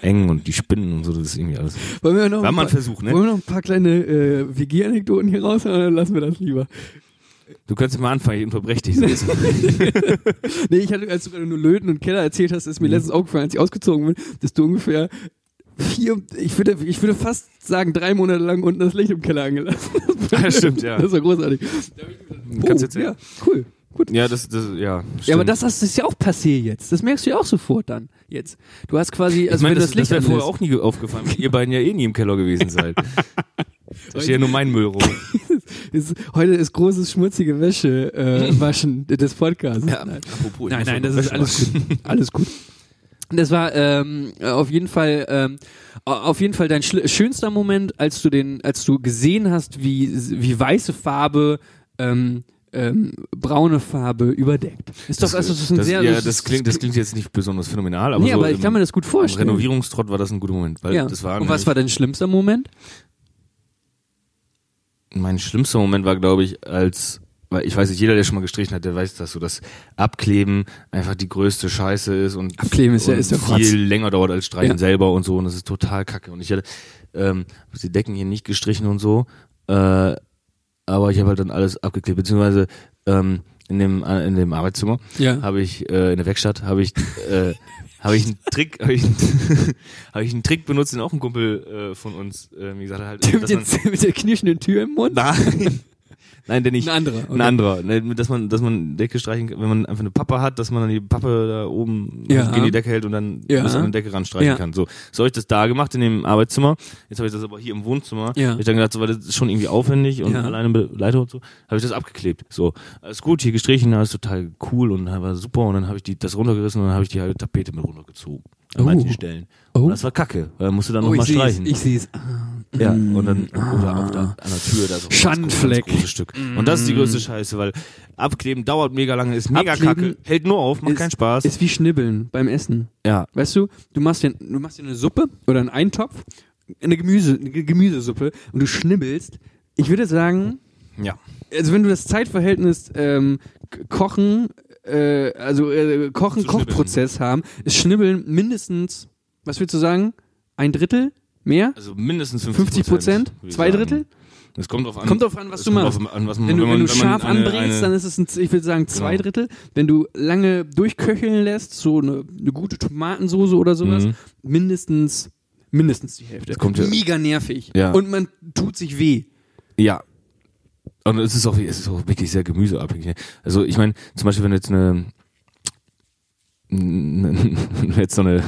eng und die Spinnen und so, das ist irgendwie alles.
wollen wir noch
War
ein
mal ein
paar,
Versuch, ne?
wollen wir noch ein paar kleine äh, WG-Anekdoten hier raus oder lassen wir das lieber?
Du könntest mal anfangen, ich unterbreche dich sonst.
Nee, ich hatte, als du gerade nur Löten und Keller erzählt hast,
Mhm.
ist mir letztens aufgefallen, als ich ausgezogen bin, dass du ungefähr vier, ich würde, ich würde fast sagen, drei Monate lang unten das Licht im Keller
*laughs*
angelassen.
*laughs* ja, stimmt, ja.
Das war großartig. Da hab ich mir gedacht,
Kannst jetzt-
ja, cool. Gut.
Ja, das, das, ja. Stimmt.
Ja, aber das, das ist ja auch passé jetzt. Das merkst du ja auch sofort dann. Jetzt. Du hast quasi, also
ich meine,
wenn
das,
das, Licht
wäre
an ist.
vorher auch nie ge- aufgefallen, weil ihr beiden ja eh nie im Keller
*laughs*
gewesen seid. Da steht ja nur mein Müll rum.
ist, heute ist großes schmutzige Wäsche
*laughs*
äh, waschen des Podcasts. Nein.
Apropos, ich
Nein,
muss
nein,
noch
das ist alles
Wäsche
gut. alles gut. Das war ähm, äh, auf jeden Fall ähm, au- auf jeden Fall dein schl- schönster Moment, als du den, als du gesehen hast, wie wie weiße Farbe ähm, ähm, braune Farbe überdeckt. Ist doch also das ist ein
das,
sehr
ja,
ist-
das klingt, das klingt jetzt nicht besonders phänomenal, aber,
nee,
so
aber
im-
ich kann mir das gut
im
vorstellen.
Renovierungstrott war das ein guter Moment, weil
ja.
das war
Und was
nämlich-
war dein schlimmster Moment?
mein schlimmster Moment war, glaube ich, als weil ich weiß nicht, jeder, der schon mal gestrichen hat, der weiß, dass so das Abkleben einfach die größte Scheiße ist und
Abkleben ist ja-
und
ist ja Rotz.
viel länger dauert als streichen
Ja.
selber und so und das ist total kacke und ich hatte ähm, hab die Decken hier nicht gestrichen und so, äh, aber ich habe halt dann alles abgeklebt beziehungsweise ähm, in dem in dem Arbeitszimmer
Ja.
habe ich äh, in der Werkstatt habe ich äh, habe ich einen Trick, habe ich, hab ich einen *laughs* Trick benutzt, den auch ein Kumpel äh, von uns äh, mir gesagt hat.
*laughs*
Halt,
mit,
dass man,
den, mit der knirschenden Tür im Mund?
nein, *laughs* nein, der nicht.
Ein anderer, okay.
Ein anderer. Ne, dass man, dass man Decke streichen kann, wenn man einfach eine Pappe hat, dass man dann die Pappe da oben
Ja.
in die Decke hält und dann
Ja.
bis an die Decke ranstreichen
Ja.
kann. So, so habe ich das da gemacht in dem Arbeitszimmer. Jetzt habe ich das aber hier im Wohnzimmer.
Ja.
Hab ich dann gedacht, so, weil das ist schon irgendwie aufwendig und
Ja.
alleine Be- Leiter und so, habe ich das abgeklebt. So, alles gut, hier gestrichen, alles total cool und war super. Und dann habe ich die, das runtergerissen und dann habe ich die halbe Tapete mit runtergezogen. An
Oh.
manchen Stellen.
Oh.
Und das war kacke, weil musste dann
Oh, ich
nochmal
sehe es.
streichen.
Ich sehe es.
Ja, und dann oder auch da an der Tür da
Mm.
so
Ah. Schandfleck. Mm.
Ganz großes Stück. Und das ist die größte Scheiße, weil abkleben dauert mega lange, ist mega
Abkleben
kacke, hält nur auf, macht
Ist-
keinen Spaß.
Ist wie Schnibbeln beim Essen.
ja.
Weißt du, du machst dir, du machst dir eine Suppe oder einen Eintopf, eine, Gemüse, eine Ge- Gemüsesuppe und du schnibbelst. Ich würde sagen,
Ja.
also wenn du das Zeitverhältnis ähm, K- Kochen, äh, also äh, Kochen,
Zu
Kochprozess haben, ist Schnibbeln mindestens, was würdest du sagen, ein Drittel mehr?
Also mindestens 50
50 Prozent?
würde ich
Zwei
sagen.
Drittel?
Es kommt drauf an.
Kommt drauf an, was
es
du
kommt
machst.
drauf An, was man,
Wenn du,
man,
wenn du scharf
man eine,
anbringst,
eine,
dann ist es, ein, ich würde sagen, zwei
Genau.
Drittel. Wenn du lange durchköcheln lässt, so eine, eine gute Tomatensoße oder sowas,
Mhm.
mindestens, mindestens die Hälfte.
Das kommt ja-
Mega nervig.
Ja.
Und man tut sich weh.
Ja. Und es ist auch, es ist auch wirklich sehr gemüseabhängig. ne? Also ich meine, zum Beispiel, wenn du jetzt eine n- *laughs* wenn du jetzt so eine,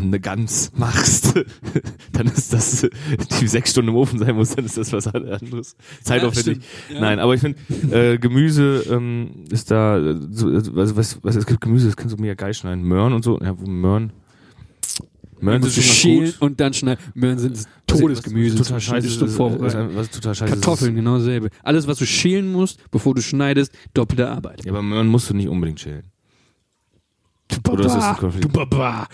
eine Gans machst, *laughs* dann ist das, die sechs Stunden im Ofen sein muss, dann ist das was anderes. Zeitaufwendig.
stimmt. Ja.
Nein, aber ich finde, äh, Gemüse ähm, ist da, äh, so, äh, was, was, was, es gibt Gemüse, das kannst du mega geil schneiden. Möhren und so, ja, wo Möhren. Möhren
Musst
sind
du
schon ganz
schälen
gut.
und dann schneiden. Möhren sind
Was-
Todesgemüse.
was Total scheiße.
Das
ist,
ist vor-
ist, ist, was total scheiße ist,
Kartoffeln, genau dasselbe. Alles, was du schälen musst, bevor du schneidest, doppelte Arbeit.
Ja, aber Möhren musst du nicht unbedingt schälen.
Du Baba,
Oder ist das ein Konflikt?
Du Baba.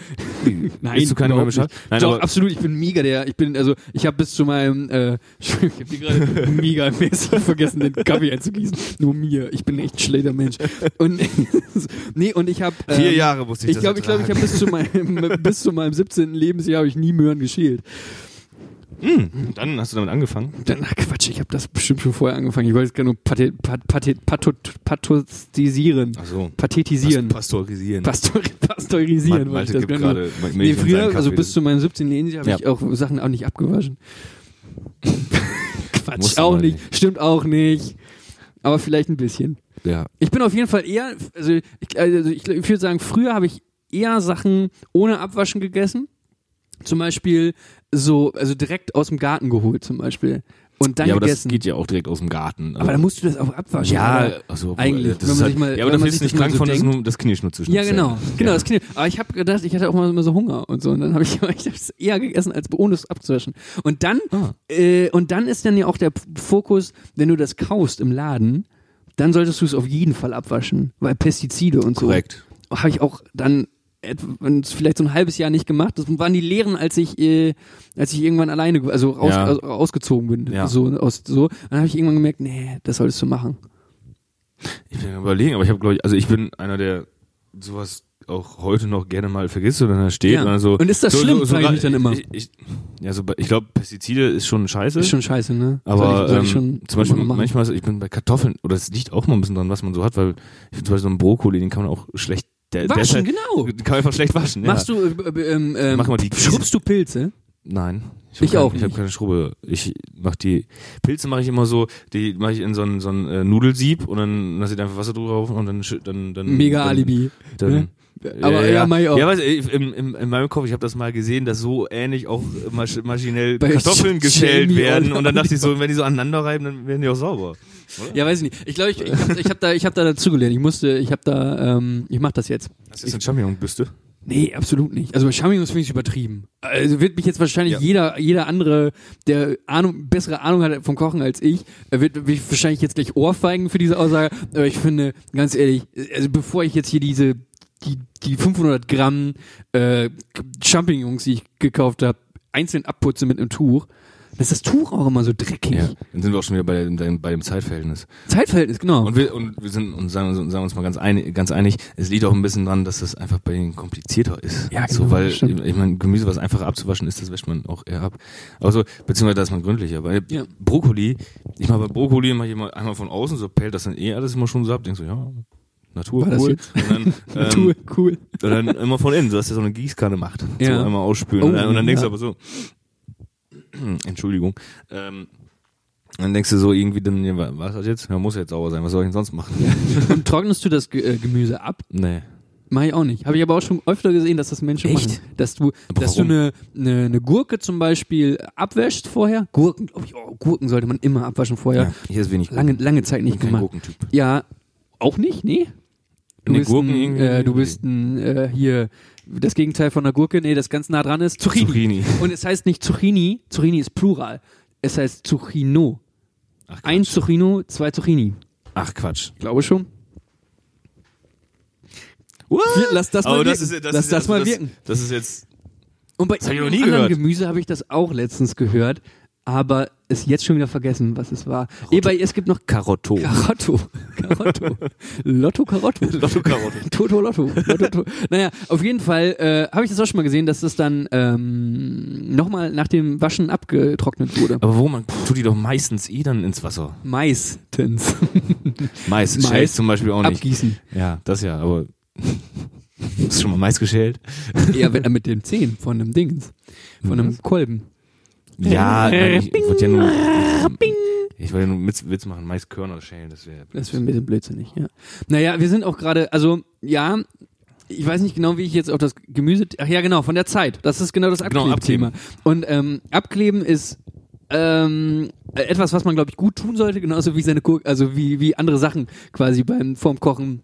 Nein,
Isst du keine
überhaupt
Möhrenschale?
nicht.
Nein,
Doch,
aber-
absolut. Ich bin mega der. Ich bin also. Ich habe bis zu meinem. Äh, *laughs* ich habe dir gerade mega mäßig vergessen, den Kaffee einzugießen. Nur mir. Ich bin echt ein schlechter Mensch. Und *laughs* nee, und ich habe.
Vier Jahre musste ich
äh, Ich
das
glaube, ich glaube, ich habe bis zu meinem *laughs* bis zu meinem 17. Lebensjahr habe ich nie Möhren geschält.
Hm, Dann hast du damit angefangen.
Dann, ach Quatsch, ich habe das bestimmt schon vorher angefangen. Ich wollte es gerne nur pathet, pat, pathet, patot, pathetisieren.
Ach so.
Pathetisieren.
Pastorisieren.
Pastor, *laughs* pasteurisieren,
Ma-
wollte ich
Malte
das
gibt
gerne nur-
gerade Milch
Nee,
in seinen
früher,
Kaffee.
also bis zu meinem 17. Lebensjahr habe
Ja.
ich auch Sachen auch nicht abgewaschen. *laughs* Quatsch,
Musst du
auch
mal
nicht. Stimmt auch nicht. Aber vielleicht ein bisschen.
Ja.
Ich bin auf jeden Fall eher, also ich, also ich, ich würde sagen, früher habe ich eher Sachen ohne Abwaschen gegessen. Zum Beispiel so, also direkt aus dem Garten geholt zum Beispiel. Und dann
ja, aber das
gegessen.
geht ja auch direkt aus dem Garten. Also,
aber dann musst du das auch abwaschen.
ja,
oder?
also, obwohl,
eigentlich,
Das
wenn
ist
man
halt,
sich mal-
ja, aber
wenn
dann
man sich
bist du nicht
das mal
krank
so
von, das, ist
denkt.
nur, das Knie schnitzt zwischen
Ja,
den
genau.
Zähnen.
Genau,
Ja.
das Knie. Aber ich habe gedacht, ich hatte auch mal immer so Hunger und so. Und dann habe ich, *laughs* ich hab's eher gegessen, als ohne es abzuwaschen. Und dann,
Ah.
äh, und dann ist dann ja auch der P- Fokus, wenn du das kaufst im Laden, dann solltest du es auf jeden Fall abwaschen. Weil Pestizide und so.
Korrekt.
Habe ich auch dann et- und vielleicht so ein halbes Jahr nicht gemacht. Das waren die Lehren, als ich, äh, als ich irgendwann alleine, ge- also aus,
Ja.
aus, ausgezogen bin.
Ja.
So, ne, aus, so. Dann habe ich irgendwann gemerkt, nee, das solltest du machen.
Ich bin am überlegen, aber ich habe, glaube ich, also ich bin einer, der sowas auch heute noch gerne mal vergisst oder dann da steht
Ja.
und dann so.
Und ist das
also so,
schlimm,
so, so,
frag ich mich dann immer.
Ich, ich, ja, so, bei- ich glaube, Pestizide ist schon scheiße.
Ist schon scheiße, ne?
Aber
soll ich, soll
ähm,
ich schon
zum Beispiel
machen?
manchmal, ist- ich bin bei Kartoffeln, oder es liegt auch mal ein bisschen dran, was man so hat, weil ich finde zum Beispiel so einen Brokkoli, den kann man auch schlecht der, der ist
Waschen,
halt,
genau.
Den kann man einfach schlecht waschen.
Machst
ja.
du, äh, äh, ähm, ähm,
Mach mal die-
schrubbst du Pilze?
Nein.
Ich
hab
auch
Ich habe
nicht.
keine Schrubbe. Ich mach die Pilze mache ich immer so, die mache ich in so ein, so ein äh, Nudelsieb und dann lasse ich da einfach Wasser drüber rauf und dann schü- dann dann
Mega
Mhm. dann,
Alibi.
Dann,
ne? Aber ja, mach ich auch.
Ja, weißt du, ich- im, im, in meinem Kopf, ich habe das mal gesehen, dass so ähnlich auch masch maschinell
Bei
Kartoffeln
Jamie
geschält werden und dann
Oliver.
dachte ich so, wenn die so aneinander reiben, dann werden die auch sauber.
Ja, weiß ich nicht. Ich glaube, ich, ich habe ich hab da, ich hab da dazugelernt. Ich musste, ich habe da, ähm, ich mache das jetzt.
Das ist eine Champignonbüste.
Nee, absolut nicht. Also bei Champignons finde ich übertrieben. Also wird mich jetzt wahrscheinlich
Ja.
jeder, jeder andere, der Ahnung, bessere Ahnung hat vom Kochen als ich, äh, wird mich wahrscheinlich jetzt gleich ohrfeigen für diese Aussage. Aber ich finde, ganz ehrlich, äh, also bevor ich jetzt hier diese, die, die 500 Gramm äh, Champignons, die ich gekauft habe, einzeln abputze mit einem Tuch, dann ist das Tuch auch immer so dreckig.
Ja, dann sind wir auch schon wieder bei, dem- bei dem Zeitverhältnis.
Zeitverhältnis, genau.
Und wir, und wir sind und sagen, sagen wir uns mal ganz einig, ganz einig, es liegt auch ein bisschen dran, dass das einfach bei denen komplizierter ist.
Ja,
so,
genau,
weil
das stimmt.
ich meine, Gemüse, was einfacher abzuwaschen ist, das wäscht man auch eher ab. Also beziehungsweise da ist man gründlicher. Bei
Ja.
Brokkoli, ich mache bei Brokkoli mache ich immer einmal von außen so pellt das dann eh alles immer schon so ab, denkst so, ja, Natur,
War das
cool.
jetzt?
Und
*laughs*
dann, ähm,
Natur, cool.
Und dann immer von innen, so dass er so eine Gießkanne macht.
Ja.
So einmal ausspülen.
Oh,
und dann, und dann denkst
ja.
du aber so, *clears throat* Entschuldigung, ähm, dann denkst du so irgendwie, dann, ja, wa- was ist das jetzt? Ja, muss jetzt sauber sein, was soll ich denn sonst machen?
Und trocknest du das Ge äh, Gemüse ab?
Nee.
Mach ich auch nicht. Habe ich aber auch schon öfter gesehen, dass das Menschen
Echt?
machen. Dass du,
Aber
dass du eine,
warum?
eine, eine Gurke zum Beispiel abwäschst vorher. Gurken, glaube ich, oh, Gurken sollte man immer abwaschen vorher.
Ja, hier ist wenig
Lange, lange Zeit
Ich
nicht
bin kein
gemacht.
Gurkentyp.
Ja, auch nicht, nee. Du
Nee,
bist
Gurken
ein,
irgendwie-
äh, du bist ein, äh, hier das Gegenteil von einer Gurke, nee, das ganz nah dran ist Zucchini.
Zucchini.
Und es heißt nicht Zucchini, Zucchini ist Plural. Es heißt Zucchino.
Ach, Quatsch.
Ein Zucchino, zwei Zucchini.
Ach Quatsch.
Glaube schon. Wir- lass das mal
Aber das
wirken.
ist, das
Lass
ist,
das
also
mal wirken.
Das ist jetzt,
Und bei
hab ich noch nie
anderen
gehört.
Gemüse habe ich das auch letztens gehört, aber ist jetzt schon wieder vergessen, was es war. Eh, bei, es gibt noch
Karotto.
*laughs* Karotto. Karotto. Lotto Karotto.
Lotto Karotte.
Toto Lotto. Lotto, to naja, auf jeden Fall äh, habe ich das auch schon mal gesehen, dass das dann ähm, nochmal nach dem Waschen abgetrocknet wurde.
Aber wo man tut die doch meistens eh dann ins Wasser.
Meistens.
Mais,
Mais.
Mais. schält zum Beispiel auch nicht.
Abgießen.
Ja, das ja, aber *laughs* hast du schon mal Mais geschält?
Ja, *laughs* wenn- mit dem Zehen von einem Dingens. Von einem Kolben.
Ja,
Äh,
nein, ich
bing,
wollte ja nur,
bing.
ich wollte ja nur Witz, Witz machen, Maiskörner schälen, das wäre
Das wäre ein bisschen blödsinnig, ja. Naja, wir sind auch gerade, also ja, ich weiß nicht genau, wie ich jetzt auf das Gemüse. Ach ja, genau, von der Zeit. Das ist genau das
Genau,
Abkleben-Thema. Und ähm, Abkleben ist ähm, äh, etwas, was man, glaube ich, gut tun sollte, genauso wie seine Gurke, also wie, wie andere Sachen quasi beim vorm Kochen.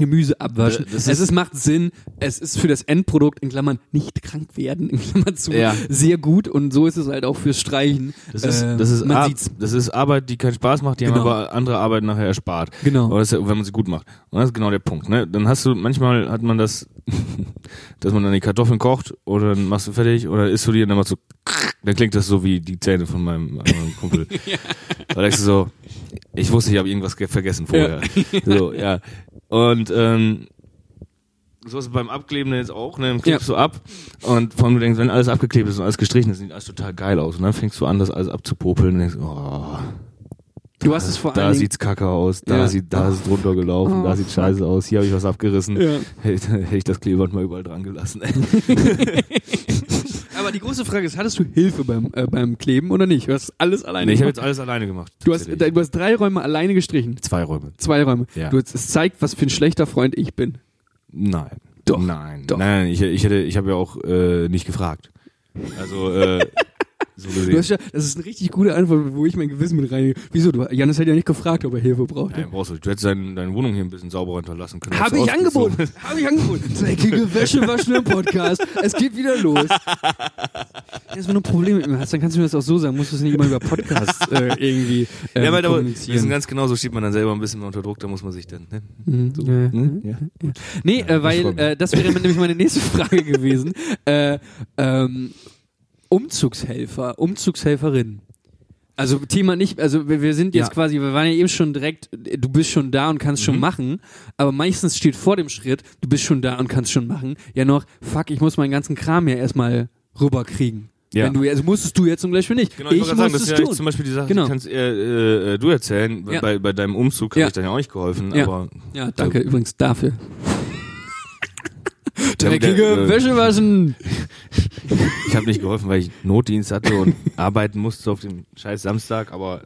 Gemüse abwaschen.
Äh, das
es
ist-
ist, macht Sinn. Es ist für das Endprodukt, in Klammern, nicht krank werden, in Klammern zu,
Ja.
sehr gut. Und so ist es halt auch fürs Streichen.
Das ist,
Ähm,
das, ist
man
Ar-
sieht's.
das ist Arbeit, die keinen Spaß macht, die haben
Genau.
aber andere Arbeit nachher erspart.
Genau.
Aber das ist ja, wenn man sie gut macht. Und das ist genau der Punkt. Ne? Dann hast du, manchmal hat man das, *laughs* dass man dann die Kartoffeln kocht oder dann machst du fertig oder isst du die und dann machst du, *laughs* dann klingt das so wie die Zähne von meinem anderen Kumpel. Da denkst du so, ich wusste, ich habe irgendwas ge- vergessen vorher. *laughs* So, ja. Und ähm, so ist es beim Abkleben jetzt auch, ne? Dann klebst du ab und vor allem du denkst, wenn alles abgeklebt ist und alles gestrichen ist, sieht alles total geil aus. Und dann fängst du an, das alles abzupopeln und denkst, oh,
Du hast es vor
da
allen Dingen.
sieht's kacke aus, da
Ja.
sieht, da ist es drunter gelaufen,
Oh,
da sieht scheiße aus, hier habe ich was abgerissen.
Ja.
*laughs* Hätte hätte ich das Klebeband mal überall dran gelassen.
Aber die große Frage ist, hattest du Hilfe beim, äh, beim Kleben oder nicht? Du hast alles alleine
nee, ich habe
gemacht.
jetzt alles alleine gemacht.
du, hast,
tatsächlich.
du hast drei Räume alleine gestrichen.
zwei Räume.
Zwei Räume.
Ja.
Du hast, es zeigt, was für ein schlechter Freund ich bin.
Nein.
Doch.
Nein.
Doch.
Nein, ich, ich hätte, ich habe ja auch äh, nicht gefragt. Also äh,
*laughs*
so gesehen.
Du hast ja, das ist eine richtig gute Antwort, wo ich mein Gewissen mit reingehe. Wieso? Du, Janis hat ja nicht gefragt, ob er Hilfe braucht.
Nein, brauchst du. nicht. Du hättest dein, deine Wohnung hier ein bisschen sauberer hinterlassen können.
Habe
Hast
ich
du ausgezogen.
angeboten. Habe ich angeboten. Dreckige Wäsche waschen im Podcast. Es geht wieder los.
*laughs*
Wenn du ein Problem mit mir hast, dann kannst du mir das auch so sagen. Musst du es nicht immer über Podcast äh, irgendwie ähm,
Ja, weil aber wir sind
kommunizieren.
ganz genau so steht man dann selber ein bisschen unter Druck, da muss man sich dann. Ne?
Mhm. Ja.
Ne? Ja.
Nee, äh,
freu
weil
mich.
äh, das wäre nämlich meine nächste *laughs* Frage gewesen. Äh, ähm, Umzugshelfer, Umzugshelferin. Also Thema nicht, also wir, wir sind jetzt
Ja.
quasi, wir waren ja Mhm. eben schon direkt, äh, du bist schon da und kannst schon machen, aber meistens steht vor dem Schritt, du bist schon da und kannst schon machen, ja noch, fuck, ich muss meinen ganzen Kram ja erstmal rüberkriegen.
Ja.
Wenn du, also musstest du jetzt zum Beispiel nicht.
Genau, ich, wollte
muss
gerade sagen, das
es
ist ja
tun.
jetzt zum Beispiel die Sache,
Genau.
die kannst äh, äh, du erzählen. Bei-
Ja.
Bei, bei deinem Umzug habe
Ja.
ich dann ja auch nicht geholfen,
Ja.
aber
ja, danke übrigens dafür. *laughs*
der-
Dreckige
äh,
Wäsche waschen.
ich habe nicht geholfen, weil ich Notdienst hatte *laughs* und arbeiten musste auf dem scheiß Samstag, *laughs* aber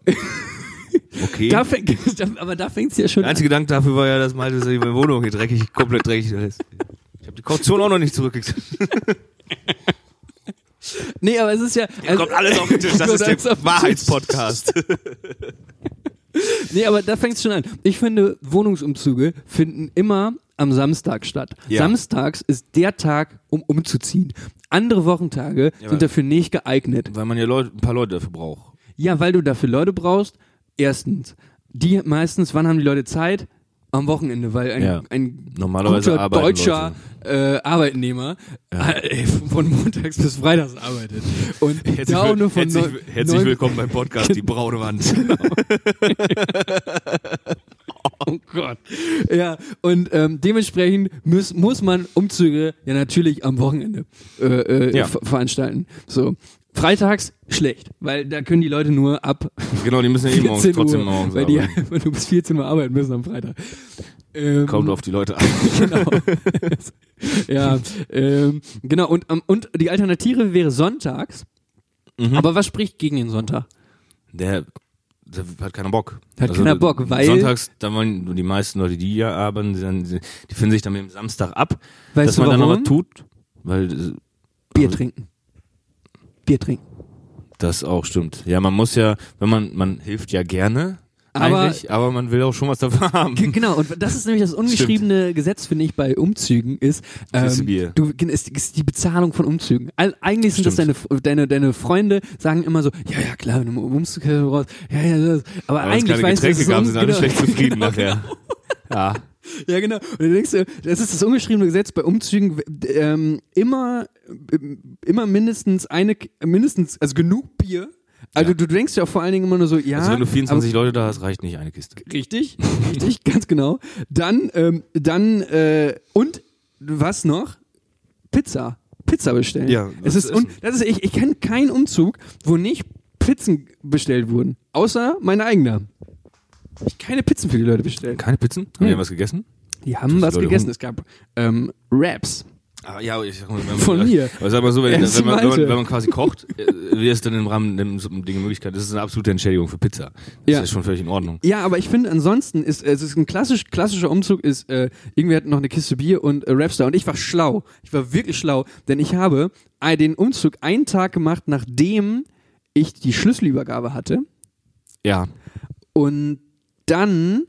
okay.
Da fängt, aber *laughs* da fängt's ja schon
Der einzige Dank dafür war ja, dass Malte seine Wohnung hier dreckig, komplett dreckig lässt. Ich habe die Kaution auch noch nicht *laughs* zurückgekriegt.
Nee, aber es ist ja. also-
*laughs*
Kommt alles auf den Tisch. Nee, aber da fängt es schon an. Ich finde, Wohnungsumzüge finden immer am Samstag statt.
Ja.
Samstags ist der Tag, um umzuziehen. Andere Wochentage
aber-
sind dafür nicht geeignet.
Weil man ja Leute, ein paar Leute dafür braucht.
Ja, weil du dafür Leute brauchst. Erstens, die meistens, wann haben die Leute Zeit? Am Wochenende, weil ein,
Ja.
ein
Normalerweise
guter
arbeiten
deutscher äh, Arbeitnehmer *laughs* äh, von montags bis freitags arbeitet. Und da auch nur von neun- neun-
willkommen beim Podcast Die braune Wand.
*laughs* Oh Gott. Ja, und ähm, dementsprechend muss, muss man Umzüge ja natürlich am Wochenende äh, äh,
Ja.
ver- veranstalten. So. Freitags schlecht, weil da können die Leute nur ab
Genau, die müssen ja eben morgens
14 Uhr,
trotzdem
*laughs*
morgens
weil die
arbeiten.
du bis 14 Uhr arbeiten müssen am Freitag. Ähm,
Kommt auf die Leute an.
genau. *laughs* ja, ähm, genau. Und, ähm, und die Alternative wäre sonntags.
Mhm.
Aber was spricht gegen den Sonntag?
Der, der hat keiner Bock. Also
Hat keiner Bock, weil-
Sonntags, da wollen die meisten Leute, die ja arbeiten, die, dann- die finden sich dann mit dem Samstag ab.
Weißt
dass
du
man dann noch
warum?
was tut. Weil
Bier trinken. Bier trinken.
das auch stimmt. Ja, man muss ja, wenn man, man hilft ja gerne
Aber-
eigentlich, aber man will auch schon was dafür haben.
G- Genau, und das ist nämlich das ungeschriebene Gesetz, finde ich, bei Umzügen ist,
Kriegst du
ähm,
Bier.
du, gen- ist, ist die Bezahlung von Umzügen. All, eigentlich sind
Stimmt.
das deine, deine, deine Freunde, sagen immer so, ja, ja, klar, wenn du im Umzug raus, ja, ja, das. Aber,
Aber wenn's
eigentlich
keine
weißt du, dass
Getränke
es
gab,
um-
sind alle
genau,
schlecht zufrieden ne?
*laughs* genau,
nachher. Ja.
Ja, genau. Und dann denkst du, das ist das ungeschriebene Gesetz bei Umzügen, w- ähm, immer, ähm, immer mindestens eine, mindestens, also genug Bier. Also
Ja.
du, du denkst ja auch vor allen Dingen immer nur so, ja.
Also wenn du
aber-
24 Leute da hast, reicht nicht eine Kiste.
Richtig, richtig, *laughs* ganz genau. Dann, ähm, dann, äh, und was noch? Pizza. Pizza bestellen.
Ja,
es
was
ist,
zu
un
essen.
das ist, ich, ich kenne keinen Umzug, wo nicht Pizzen bestellt wurden. Außer mein eigener. Hab Ich keine Pizzen für die Leute bestellt.
Keine Pizzen? Haben
Hm.
die denn was gegessen?
Die haben was
Leute
gegessen.
hungern.
Es gab ähm, Wraps.
Ah, ja, ich sag mal, wenn man,
Von mir.
Aber sag mal so, wenn,
Erst
wenn, man, wenn, man,
meinte.
wenn man quasi kocht, äh, wie ist dann im Rahmen der so Dinge Möglichkeit? Das ist eine absolute Entschädigung für Pizza. Das
Ja.
ist schon völlig in Ordnung.
Ja, aber ich finde, ansonsten ist es ist ein klassisch, klassischer Umzug ist, äh, irgendwer hat noch eine Kiste Bier und äh, Rapstar. Und ich war schlau. Ich war wirklich schlau, denn ich habe äh, den Umzug einen Tag gemacht, nachdem ich die Schlüsselübergabe hatte.
Ja.
Und dann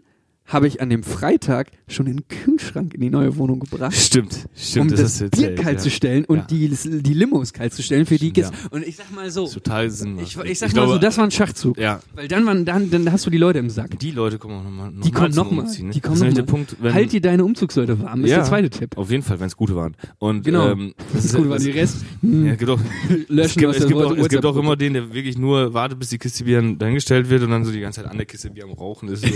habe ich an dem Freitag schon den Kühlschrank in die neue Wohnung gebracht.
Stimmt,
um
stimmt.
das,
hast du
Bier
erzählt,
kalt
ja.
zu stellen und
Ja.
die, die Limos kalt zu stellen für die
Stimmt,
Gäste.
ja.
Und ich sag mal so,
Total Sinn. macht.
ich, ich sag mal so, das war ein Schachzug.
Ja.
Weil dann, waren, dann, dann hast du die Leute im Sack.
Die Leute kommen auch nochmal. Noch
Die kommen
zum
nochmal.
Umziehen, ne?
Die kommen
das ist nämlich
nochmal.
der Punkt, wenn,
halt dir deine Umzugsleute warm, ist
Ja.
der zweite Tipp.
Auf jeden Fall, wenn es gute waren. Und,
Genau.
Ähm,
Das ist gut, weil die Rest
*laughs*
Hm.
Ja, genau. gibt auch, es gibt,
aus
es
der
gibt, auch, es
WhatsApp-
gibt auch immer den, der wirklich nur wartet, bis die Kiste Bier dann dahingestellt wird und dann so die ganze Zeit an der Kiste Bier am Rauchen
*laughs*
ist. So.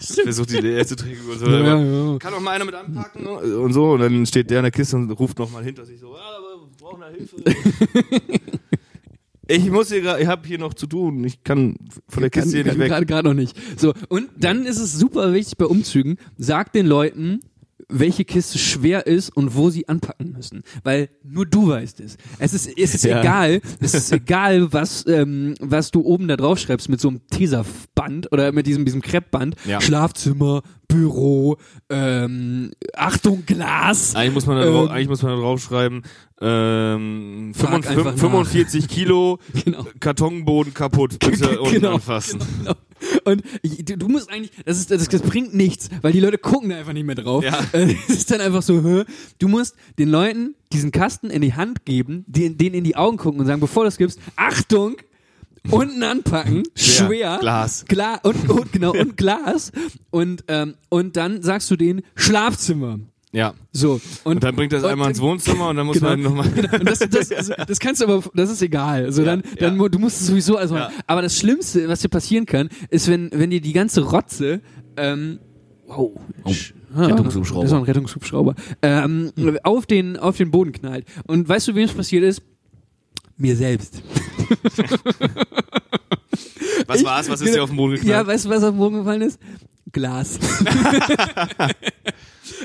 Versucht die leer zu trinken und so.
Ja,
Aber
ja, ja.
Kann noch mal einer mit anpacken und so. Und dann steht der in der Kiste und ruft noch mal hinter sich so, ah, aber wir brauchen da
*laughs*
Hilfe. ich muss hier, gra- ich habe hier noch zu tun. Ich kann von der
Kann-
Kiste hier
kann
nicht weg.
Gerade gerade noch nicht. So, und dann ist es super wichtig bei Umzügen, sag den Leuten, welche Kiste schwer ist und wo sie anpacken müssen. Weil nur du weißt es. Es ist, es ist
Ja.
egal, es
*laughs*
ist egal, was, ähm, was du oben da drauf schreibst mit so einem Tesafband oder mit diesem, diesem Kreppband.
Ja.
Schlafzimmer, Büro, ähm, Achtung, Glas.
Eigentlich muss man da,
Ähm,
drauf, eigentlich muss man da draufschreiben, ähm,
Frag
45,
einfach nach.
45 Kilo
*laughs* Genau.
Kartonboden kaputt,
*laughs*
bitte unten
Genau.
anfassen.
Genau. *laughs* Und ich- du, du musst eigentlich, das, ist, das, das bringt nichts, weil die Leute gucken da einfach nicht mehr drauf.
Ja.
Äh, *laughs* Es ist dann einfach so, hä? du musst den Leuten diesen Kasten in die Hand geben, den, denen in die Augen gucken und sagen, bevor du das gibst, Achtung, unten anpacken, schwer,
*laughs* Schwer, Glas.
Gla und, und genau, und Glas. Und, ähm, und dann sagst du denen Schlafzimmer.
Ja.
So. Und,
Und dann bringt das
und-
einmal ins Wohnzimmer und dann
*laughs*
muss
Genau.
man nochmal.
und das, das,
*laughs*
das kannst du aber, das ist egal. Also dann, dann, mu- du musst es sowieso also
Ja.
Aber das Schlimmste, was dir passieren kann, ist, wenn, wenn dir die ganze Rotze, ähm, wow, Sch- ah,
Oh. Rettungshubschrauber.
Das war ein Rettungshubschrauber. Ähm, auf, den, auf den Boden knallt. Und weißt du, wem es passiert ist? Mir selbst.
Was war's? Was ist dir auf den Boden
Genau. Ja,
geknallt?
weißt du, was auf den Boden gefallen ist?
*laughs*
Glas.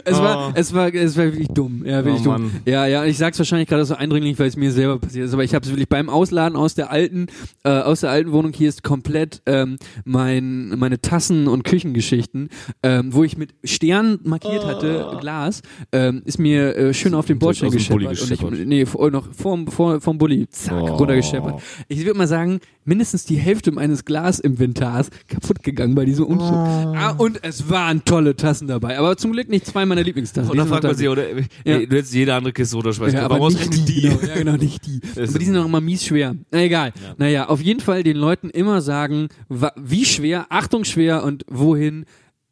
es, war,
Oh.
es war, es war wirklich dumm. Ja, wirklich
Oh,
dumm.
Mann.
Ja, ja, und ich sag's wahrscheinlich gerade so eindringlich, weil es mir selber passiert ist, aber ich habe es wirklich beim Ausladen aus der alten, äh, aus der alten Wohnung hier ist komplett ähm, mein, meine Tassen- und Küchengeschichten, ähm, wo ich mit Stern markiert hatte, Glas, ähm, ist mir äh, schön auf den Bordstein
Ah. aus dem Bulli
gescheppert. Und ich,
gescheppert.
nee, vor, noch vorm, vor, vorm Bulli, zack,
Oh.
runtergescheppert. Ich würde mal sagen, mindestens die Hälfte meines Glasinventars kaputt gegangen bei diesem Umzug. Ah, und es waren tolle Tassen dabei, aber zum Glück nicht zwei meiner Lieblingstassen.
Und dann
Die sind
fragt
noch
man
da.
sich, oder, ey,
Ja.
du hättest jede andere Kiste runterschmeißen
Ja,
können.
aber
Warum
nicht
ausgerechnet
die.
die?
Genau, ja, genau, nicht
*laughs*
die.
ist
aber die sind noch immer mies schwer. Na egal. Naja, auf jeden Fall den Leuten immer sagen, wa- wie schwer, Achtung schwer und wohin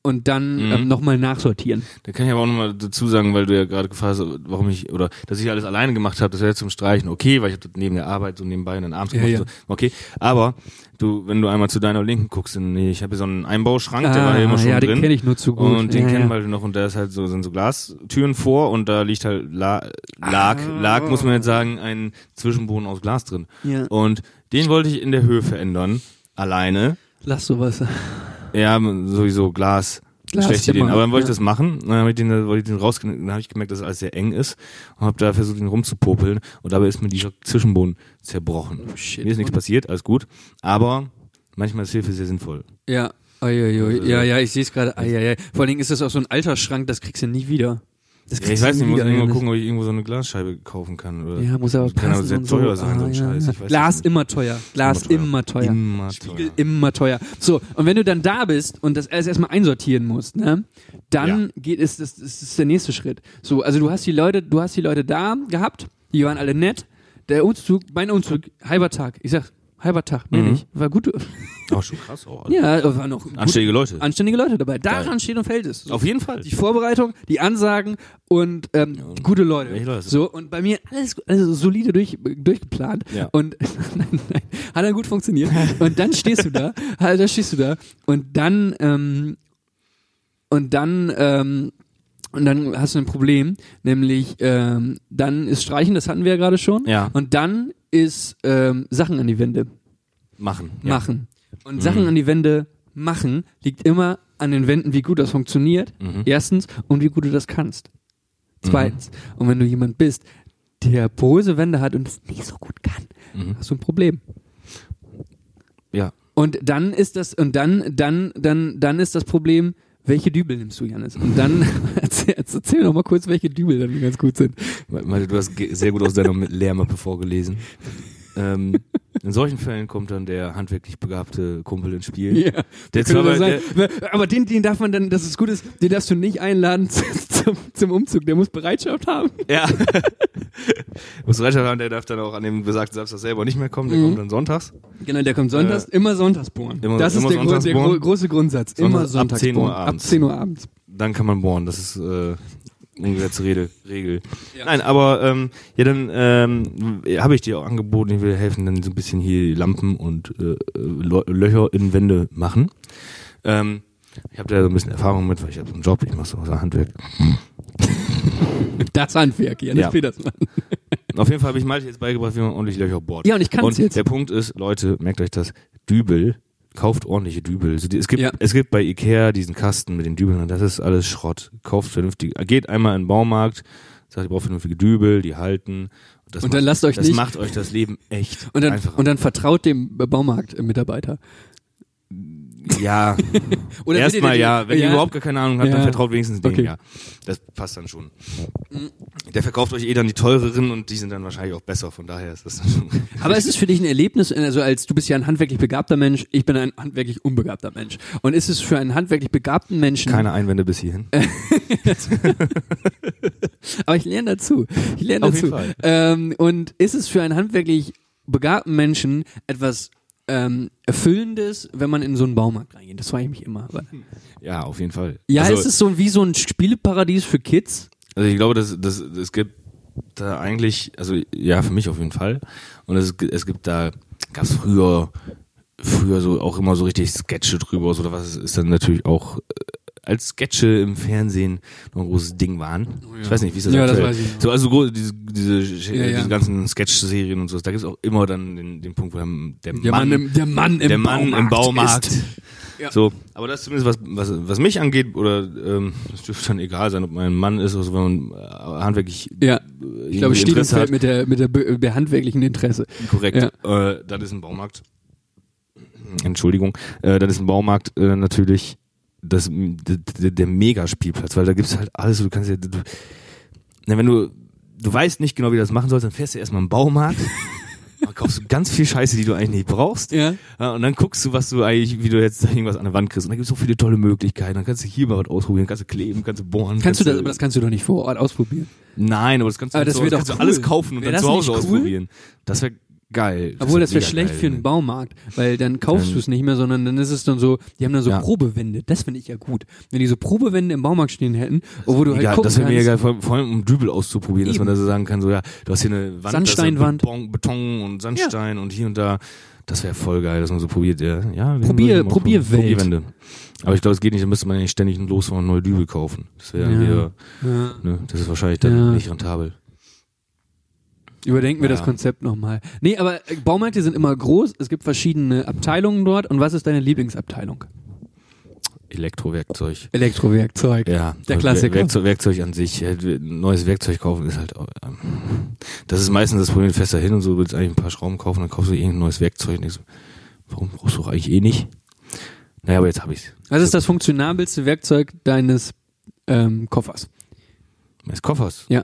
und dann
Mhm.
ähm, nochmal nachsortieren.
Da kann ich aber auch nochmal dazu sagen, weil du ja gerade gefragt hast, warum ich, oder dass ich alles alleine gemacht habe, das wäre zum Streichen okay, weil ich habe das neben der Arbeit so nebenbei und dann abends
Ja,
gemacht.
ja.
So, okay, aber du, wenn du einmal zu deiner Linken guckst, dann, nee, ich habe hier so einen Einbauschrank, der
Ah,
war ja immer schon
ja, den
drin.
kenn ich nur zu gut.
Und den
Ja,
kennen
ja.
wir halt noch und da ist halt so, sind so Glastüren vor und da liegt halt La Lag,
Ah.
Lag muss man jetzt sagen, ein Zwischenboden aus Glas drin.
Ja.
Und den wollte ich in der Höhe verändern, alleine.
Lass sowas. Oh,
Ja, sowieso Glas.
Lass
schlechte
den
Ideen.
machen,
Aber dann wollte
ja.
ich das machen, dann habe ich den, dann wollte ich den rausgenommen, dann habe ich gemerkt, dass alles sehr eng ist und habe da versucht, ihn rumzupopeln und dabei ist mir dieser Zwischenboden zerbrochen.
Oh, shit.
Mir ist nichts
Und-
passiert, alles gut, aber manchmal ist Hilfe sehr sinnvoll.
Ja. Uiuiui.
Also, äh,
Ja, ja, ich sehe es gerade. Uiuiui. Vor allen Dingen ist das auch so ein alter Schrank, das kriegst du nie wieder. Das
Ja, ich
du
weiß
nie
nicht, ich muss
wieder,
irgendwo
Johannes.
gucken, ob ich irgendwo so eine Glasscheibe kaufen kann. Oder
Ja, muss aber
Das kann aber
passen
sehr
und
teuer
so. Ah,
sein, so ein Scheiß. Ich weiß
Glas
das nicht.
immer teuer. Glas
teuer.
immer teuer.
Immer
oh Spiegel
teuer.
immer teuer. So, und wenn du dann da bist und das alles erstmal einsortieren musst, ne, dann
Ja.
geht es, das, das ist der nächste Schritt. So, also du hast die Leute, du hast die Leute da gehabt, die waren alle nett. Der Umzug, mein Umzug, halber Tag. Ich sag, halber Tag,
Mhm.
mehr nicht. War gut.
Auch schon krass. Auch, also.
Ja, waren noch gut,
Anständige Leute.
anständige Leute dabei.
Geil.
Daran steht und fällt es. So.
Auf jeden Fall.
Die Vorbereitung, die Ansagen und ähm, gute Leute.
welche Leute?
So, und bei mir alles also solide durch, durchgeplant.
Ja.
Und *laughs* nein, nein, hat dann gut funktioniert. Und dann stehst du da, halt, da stehst du da und dann, ähm, und dann, ähm, und dann hast du ein Problem, nämlich ähm, dann ist Streichen, das hatten wir ja gerade schon.
Ja.
Und dann ist ähm, Sachen an die Wände
Machen. Ja. Mhm.
machen. Und Sachen an die Wände machen liegt immer an den Wänden, wie gut das funktioniert.
Mhm.
Erstens und wie gut du das kannst. Zweitens. Und wenn du jemand bist, der böse Wände hat und es nicht so gut kann,
Mhm.
hast du ein Problem.
Ja.
Und dann ist das und dann dann dann dann ist das Problem, welche Dübel nimmst du, Janis? Und dann *laughs* erzähl, erzähl noch mal kurz, welche Dübel dann ganz gut sind.
Malte, du hast ge- sehr gut aus deiner Lehrmappe vorgelesen. Ähm, in solchen Fällen kommt dann der handwerklich begabte Kumpel ins Spiel.
Ja,
Der
könnte
zwar
das
bei-
sein. aber den, den darf man dann, dass es gut ist, den darfst du nicht einladen *laughs* zum, zum Umzug. Der muss Bereitschaft haben.
Ja. *laughs* Muss Recher haben, der darf dann auch an dem besagten Samstag selber nicht mehr kommen,
Mhm.
der kommt dann sonntags.
Genau, der kommt sonntags, immer sonntags bohren.
Äh, immer-
das
immer
ist der, Grund- der
sonntags bohren.
gro große Grundsatz. Immer
Sonntags ab
sonntags
10 Uhr
bohren.
abends.
Ab 10 Uhr abends.
Dann kann man bohren, das ist äh, umgesetzte Regel. Regel. Nein, aber ähm, ja, dann ähm, habe ich dir auch angeboten, ich will helfen, dann so ein bisschen hier Lampen und äh, Lo- Löcher in Wände machen. Ähm, ich habe da so ein bisschen Erfahrung mit, weil ich habe so einen Job, ich mache so außer Handwerk. *laughs*
Das Handwerk, Janis
Ja.
Petersmann.
Auf jeden Fall habe ich Malte jetzt beigebracht, wie man ordentlich Löcher bohrt.
Ja, und ich kann's
Und
jetzt.
Der Punkt ist, Leute, merkt euch das, Dübel, kauft ordentliche Dübel. Also die, es, gibt,
Ja.
es gibt bei Ikea diesen Kasten mit den Dübeln und das ist alles Schrott. Kauft vernünftig, geht einmal in den Baumarkt, sagt, ihr braucht vernünftige Dübel, die halten. Das
Und dann lasst euch
das
nicht-
macht euch das Leben echt
*laughs* Und dann,
einfacher.
und dann vertraut dem äh, Baumarkt-Mitarbeiter.
ja,
*laughs* Oder
erstmal
seht ihr
ja.
den-
Wenn ihr überhaupt gar keine Ahnung habt, dann
Ja.
vertraut wenigstens dem,
Okay.
ja. Das passt dann schon. Der verkauft euch eh dann die teureren und die sind dann wahrscheinlich auch besser, von daher ist das dann schon. *laughs*
Aber ist es für dich ein Erlebnis, also als du bist ja ein handwerklich begabter Mensch, ich bin ein handwerklich unbegabter Mensch. Und ist es für einen handwerklich begabten Menschen
Keine Einwände bis hierhin.
Aber ich lerne dazu. Ich lerne
Auf
dazu.
jeden Fall.
Ähm, und ist es für einen handwerklich begabten Menschen etwas ähm, Erfüllendes, wenn man in so einen Baumarkt reingeht? Das frage ich mich immer. Aber
Ja, auf jeden Fall.
ja,
also,
ist es so wie so ein Spieleparadies für Kids?
Also ich glaube, das, das, es gibt da eigentlich, also ja, für mich auf jeden Fall. Und es, es gibt da, gab es früher, früher so auch immer so richtig Sketche drüber so, oder was ist dann natürlich auch äh, als Sketche im Fernsehen noch ein großes Ding waren. Ich weiß nicht, wie ist das
Oh Ja, das
aktuell?
weiß ich noch.
So, also gro- diese, diese,
Ja, ja.
diese ganzen Sketch-Serien und so, da gibt es auch immer dann den, den Punkt, wo dann der, der Mann,
der Mann
der Mann im Baumarkt.
ist- Ja.
So, aber das ist zumindest was, was, was mich angeht, oder ähm, das dürfte dann egal sein, ob man ein Mann ist, also wenn man äh, handwerklich
Ja, ich glaube, steht und
Interesse
fällt
hat,
mit der, mit der, be- der handwerklichen Interesse.
korrekt, äh, dann ist ein Baumarkt. Entschuldigung, äh, dann ist ein Baumarkt äh, natürlich das der, der- der Megaspielplatz, weil da gibt's halt alles, du kannst ja du, na, wenn du du weißt nicht genau, wie du das machen sollst, dann fährst du erstmal
*laughs*
im Baumarkt. dann kaufst du ganz viel Scheiße, die du eigentlich nicht brauchst.
Ja.
Ja, und dann guckst du, was du eigentlich, wie du jetzt irgendwas an der Wand kriegst. Und da gibt's so viele tolle Möglichkeiten. Dann kannst du hier mal was ausprobieren, kannst du kleben, kannst du bohren.
Kannst du das, aber das kannst du doch nicht vor Ort ausprobieren.
Nein, aber das kannst du,
Aber
nicht
das
so-
wär doch
kannst du
cool.
alles kaufen und
Wär das
dann zu Hause
nicht cool?
ausprobieren. Das wäre geil.
Obwohl, das wäre
mega
schlecht
geil,
für einen
ne?
Baumarkt, weil dann kaufst
Dann-
du es nicht mehr, sondern dann ist es dann so, die haben dann so
Ja.
Probewände. Das finde ich ja gut. Wenn die so Probewände im Baumarkt stehen hätten, wo du halt
Egal,
gucken
das wäre mir
kannst,
egal, vor, vor allem um Dübel auszuprobieren, dass man da so sagen kann, so ja, du hast hier eine Wand, da ist dann
Sandsteinwand.
Beton, Beton und Sandstein und hier und da. Das wäre voll geil, dass man so probiert. Ja, ja
Probier-
wir müssen mal
Probierwelt.
probieren. Probierwände. Aber ich glaube, es geht nicht, da müsste man ja nicht ständig ein Los und neue Dübel kaufen. Das wäre
Ja.
wieder,
Ja.
ne, das ist wahrscheinlich dann
Ja.
nicht rentabel.
Überdenken wir das
Ja.
Konzept nochmal. Nee, aber äh, Baumärkte sind immer groß, es gibt verschiedene Abteilungen dort. Und was ist deine Lieblingsabteilung?
Elektrowerkzeug.
Elektrowerkzeug.
Ja,
Der
also
Klassiker.
Werkzeug, Werkzeug an sich. äh, Neues Werkzeug kaufen ist halt. auch, ähm, Das ist meistens das Problem, fester hin und so, du willst eigentlich ein paar Schrauben kaufen, dann kaufst du irgendein neues Werkzeug und denkst, warum brauchst du eigentlich eh nicht? Naja, aber jetzt habe ich's.
Was ist das funktionabelste Werkzeug deines ähm, Koffers?
Meines Koffers.
Ja.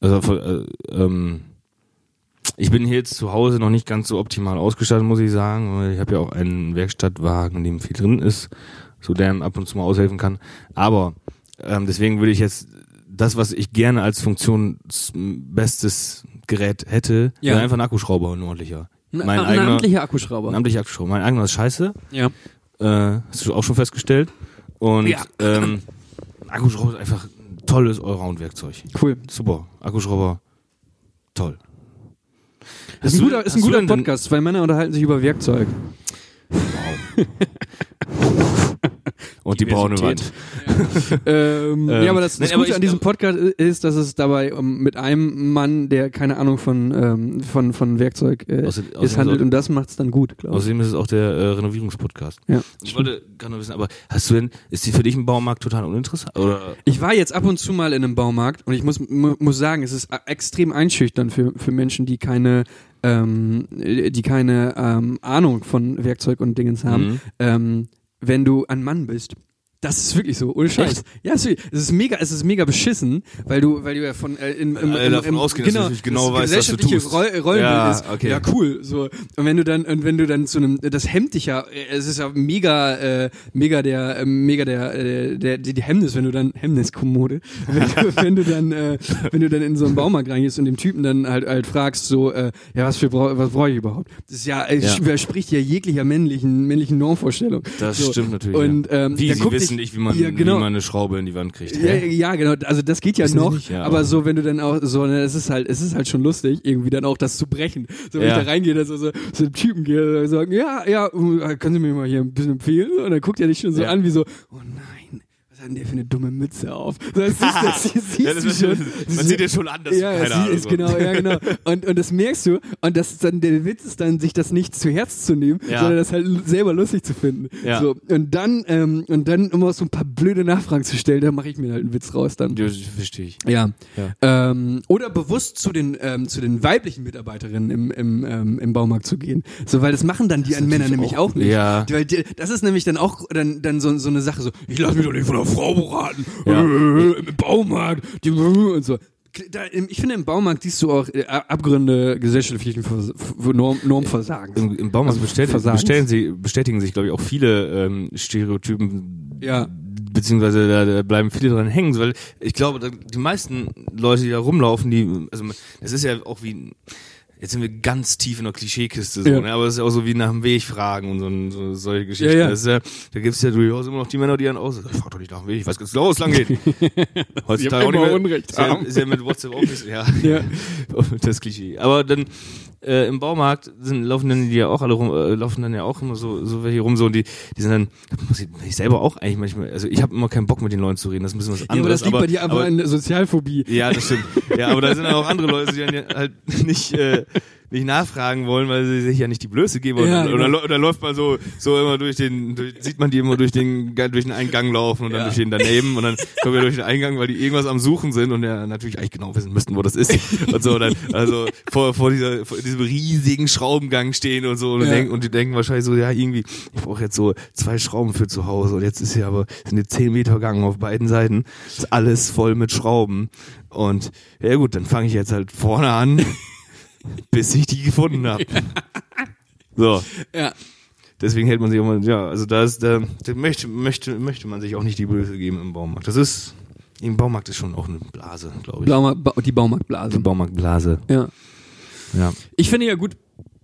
Also, von, äh, ähm, ich bin hier jetzt zu Hause noch nicht ganz so optimal ausgestattet, muss ich sagen. weil Ich habe ja auch einen Werkstattwagen, in dem viel drin ist, so der einem ab und zu mal aushelfen kann. Aber ähm, deswegen würde ich jetzt das, was ich gerne als funktionsbestes Gerät hätte,
Ja.
wäre einfach ein Akkuschrauber und ein ordentlicher.
Ein,
Mein
ein
eigener-
amtlicher
Ein
Akkuschrauber.
amtlicher Akkuschrauber. Mein eigener ist scheiße,
Ja.
äh, hast du auch schon festgestellt. Und
Ja.
ähm, ein Akkuschrauber ist einfach ein tolles Allround-Werkzeug.
Cool.
Super. Akkuschrauber. Toll.
Das ist
Hast
ein
du-
guter, ist ein
hast du
guter
denn den-
Podcast. Zwei Männer unterhalten sich über *laughs* Werkzeug.
Und Oh, die braune Wand.
ähm,
Ähm,
ja, aber das, das
nein, aber
Gute
ich-
an diesem Podcast ist, dass es dabei ähm, mit einem Mann, der keine Ahnung von, ähm, von, von Werkzeug äh,
Außer-
ist,
außerdem
handelt
soll-
und das macht's dann gut, glaube ich.
Außerdem ist es auch der äh, Renovierungspodcast.
Ja.
Ich wollte gar nur wissen, aber hast du denn, ist die für dich im Baumarkt total uninteressant? Oder
Ich war jetzt ab und zu mal in einem Baumarkt und ich muss, mu- muss sagen, es ist a- extrem einschüchternd für, für Menschen, die keine, ähm, die keine ähm, Ahnung von Werkzeug und Dingens haben,
Mhm.
ähm, wenn du ein Mann bist. Das ist wirklich so, ohne Scheiß.
Echt?
Ja, es ist, wirklich- es ist mega, es ist mega beschissen, weil du, weil du ja von äh, im, im,
alle
im,
davon
im
ausgehen, dass du natürlich genau
das
weißt, was du
gesellschaftliche
tust.
Roll, Rollenbild
Ja,
ist.
okay.
Ja, cool. So und wenn du dann und wenn du dann zu einem das hemmt dich ja. äh, Es ist ja mega, äh, mega der, äh, mega der, äh, der die, die Hemmnis, wenn du dann Hemmniskommode, wenn du, wenn du dann, äh, wenn du dann in so einen Baumarkt reingehst und dem Typen dann halt halt fragst so, äh, ja was für brau- was brauche ich überhaupt? Das ist ja, äh,
Ja.
widerspricht ja jeglicher männlichen männlichen Normvorstellung.
Das
so.
stimmt natürlich.
Und
ja.
ähm,
wie,
der
sie
guckt
wissen
dich-
nicht, wie man,
ja, genau,
wie man eine Schraube in die Wand kriegt.
ja,
Hä?
ja, genau. Also das geht ja
Wissen Sie
noch,
nicht, ja,
aber
aber-
so, wenn du dann auch so, ne, es ist halt, es ist halt schon lustig, irgendwie dann auch das zu brechen. So, wenn
Ja.
ich da reingehe, dann so, so so einem Typen gehe, und sagen, ja, ja, uh, können Sie mir mal hier ein bisschen empfehlen? Und dann guckt er dich schon so
Ja.
an, wie so, oh nein, was hat denn der für eine dumme Mütze auf? So,
*laughs*
das siehst, das, sie- siehst
Ja,
du
das-
schon.
man sieht dir schon an, dass
ja,
du keine Ahnung
sie ist genau, ja,
*laughs*
genau. Und, und das merkst du, und das ist dann, der Witz ist dann, sich das nicht zu Herz zu nehmen,
Ja.
sondern das halt l- selber lustig zu finden.
Ja.
So, und dann, ähm, und dann immer so ein paar blöde Nachfragen zu stellen, da mache ich mir halt einen Witz raus dann.
Ja, das verstehe ich.
Ja.
Ja.
Ähm, oder bewusst zu den, ähm, zu den weiblichen Mitarbeiterinnen im, im, ähm, im Baumarkt zu gehen. So, weil das machen dann die an Männer
natürlich
nämlich
auch-
auch, nicht.
Ja.
Weil die, das ist nämlich dann auch dann, dann so, so eine Sache so, ich lasse mich doch nicht von einer Frau beraten.
Ja.
Äh, Im Baumarkt. Die, und so. Da, im- ich finde, im Baumarkt siehst du auch äh, Abgründe gesellschaftlichen Vers Norm Normversagen.
Im, im Baumarkt
Also
bestell-
Versagens.
bestellen sie, bestätigen sich, glaube ich, auch viele ähm, Stereotypen.
Ja.
Beziehungsweise da, da bleiben viele dran hängen, weil ich glaube, da, die meisten Leute, die da rumlaufen, die, also es ist ja auch wie, jetzt sind wir ganz tief in der Klischeekiste, so,
Ja.
ne? aber es ist ja auch so wie nach dem Weg fragen und so, ein- so solche Geschichten.
Ja, ja.
Das ist ja, da gibt's ja durchaus immer noch die Männer, die dann auch sagen, ich frag doch nicht nach dem Weg, ich weiß ganz genau, wo
*laughs*
es lang geht. Heutzutage auch
immer
nicht mehr.
Unrecht.
Ist ja,
Arm.
ist ja mit WhatsApp auch nicht, *laughs* ja.
Ja.
Das Klischee. Aber dann äh, im Baumarkt sind, laufen dann die ja auch alle rum, äh, laufen dann ja auch immer so, so welche rum so und die, die sind dann, da muss ich, ich selber auch eigentlich manchmal, also ich habe immer keinen Bock mit den Leuten zu reden, das ist ein bisschen was
ja, aber
anderes.
das liegt bei dir einfach
aber,
an Sozialphobie.
Ja, das stimmt. Ja, aber da sind dann auch andere Leute, die
*laughs*
dann halt *laughs* nicht, äh, nicht nachfragen wollen, weil sie sich ja nicht die Blöße geben.
Ja,
und,
genau.
oder, oder läuft man so, so immer durch den, durch, sieht man die immer durch den, *laughs* durch den Eingang laufen und dann durch den daneben und dann kommen wir durch den Eingang, weil die irgendwas am Suchen sind und ja natürlich eigentlich genau wissen müssten, wo das ist. Und so, dann, also vor, vor, dieser, vor diesem riesigen Schraubengang stehen und so und,
Ja.
denken, und die denken wahrscheinlich so, ja, irgendwie, ich brauche jetzt so zwei Schrauben für zu Hause und jetzt ist hier aber, sind jetzt 10 Meter Gang auf beiden Seiten, ist alles voll mit Schrauben. Und ja gut, dann fange ich jetzt halt vorne an, *laughs* bis ich die gefunden habe. So,
Ja.
deswegen hält man sich immer, ja, also da ist, da, da möchte, möchte, möchte man sich auch nicht die Blöße geben im Baumarkt. Das ist, im Baumarkt ist schon auch eine Blase, glaube ich.
Bauma ba die Baumarktblase.
Die Baumarktblase,
Ja.
ja.
Ich finde ja gut,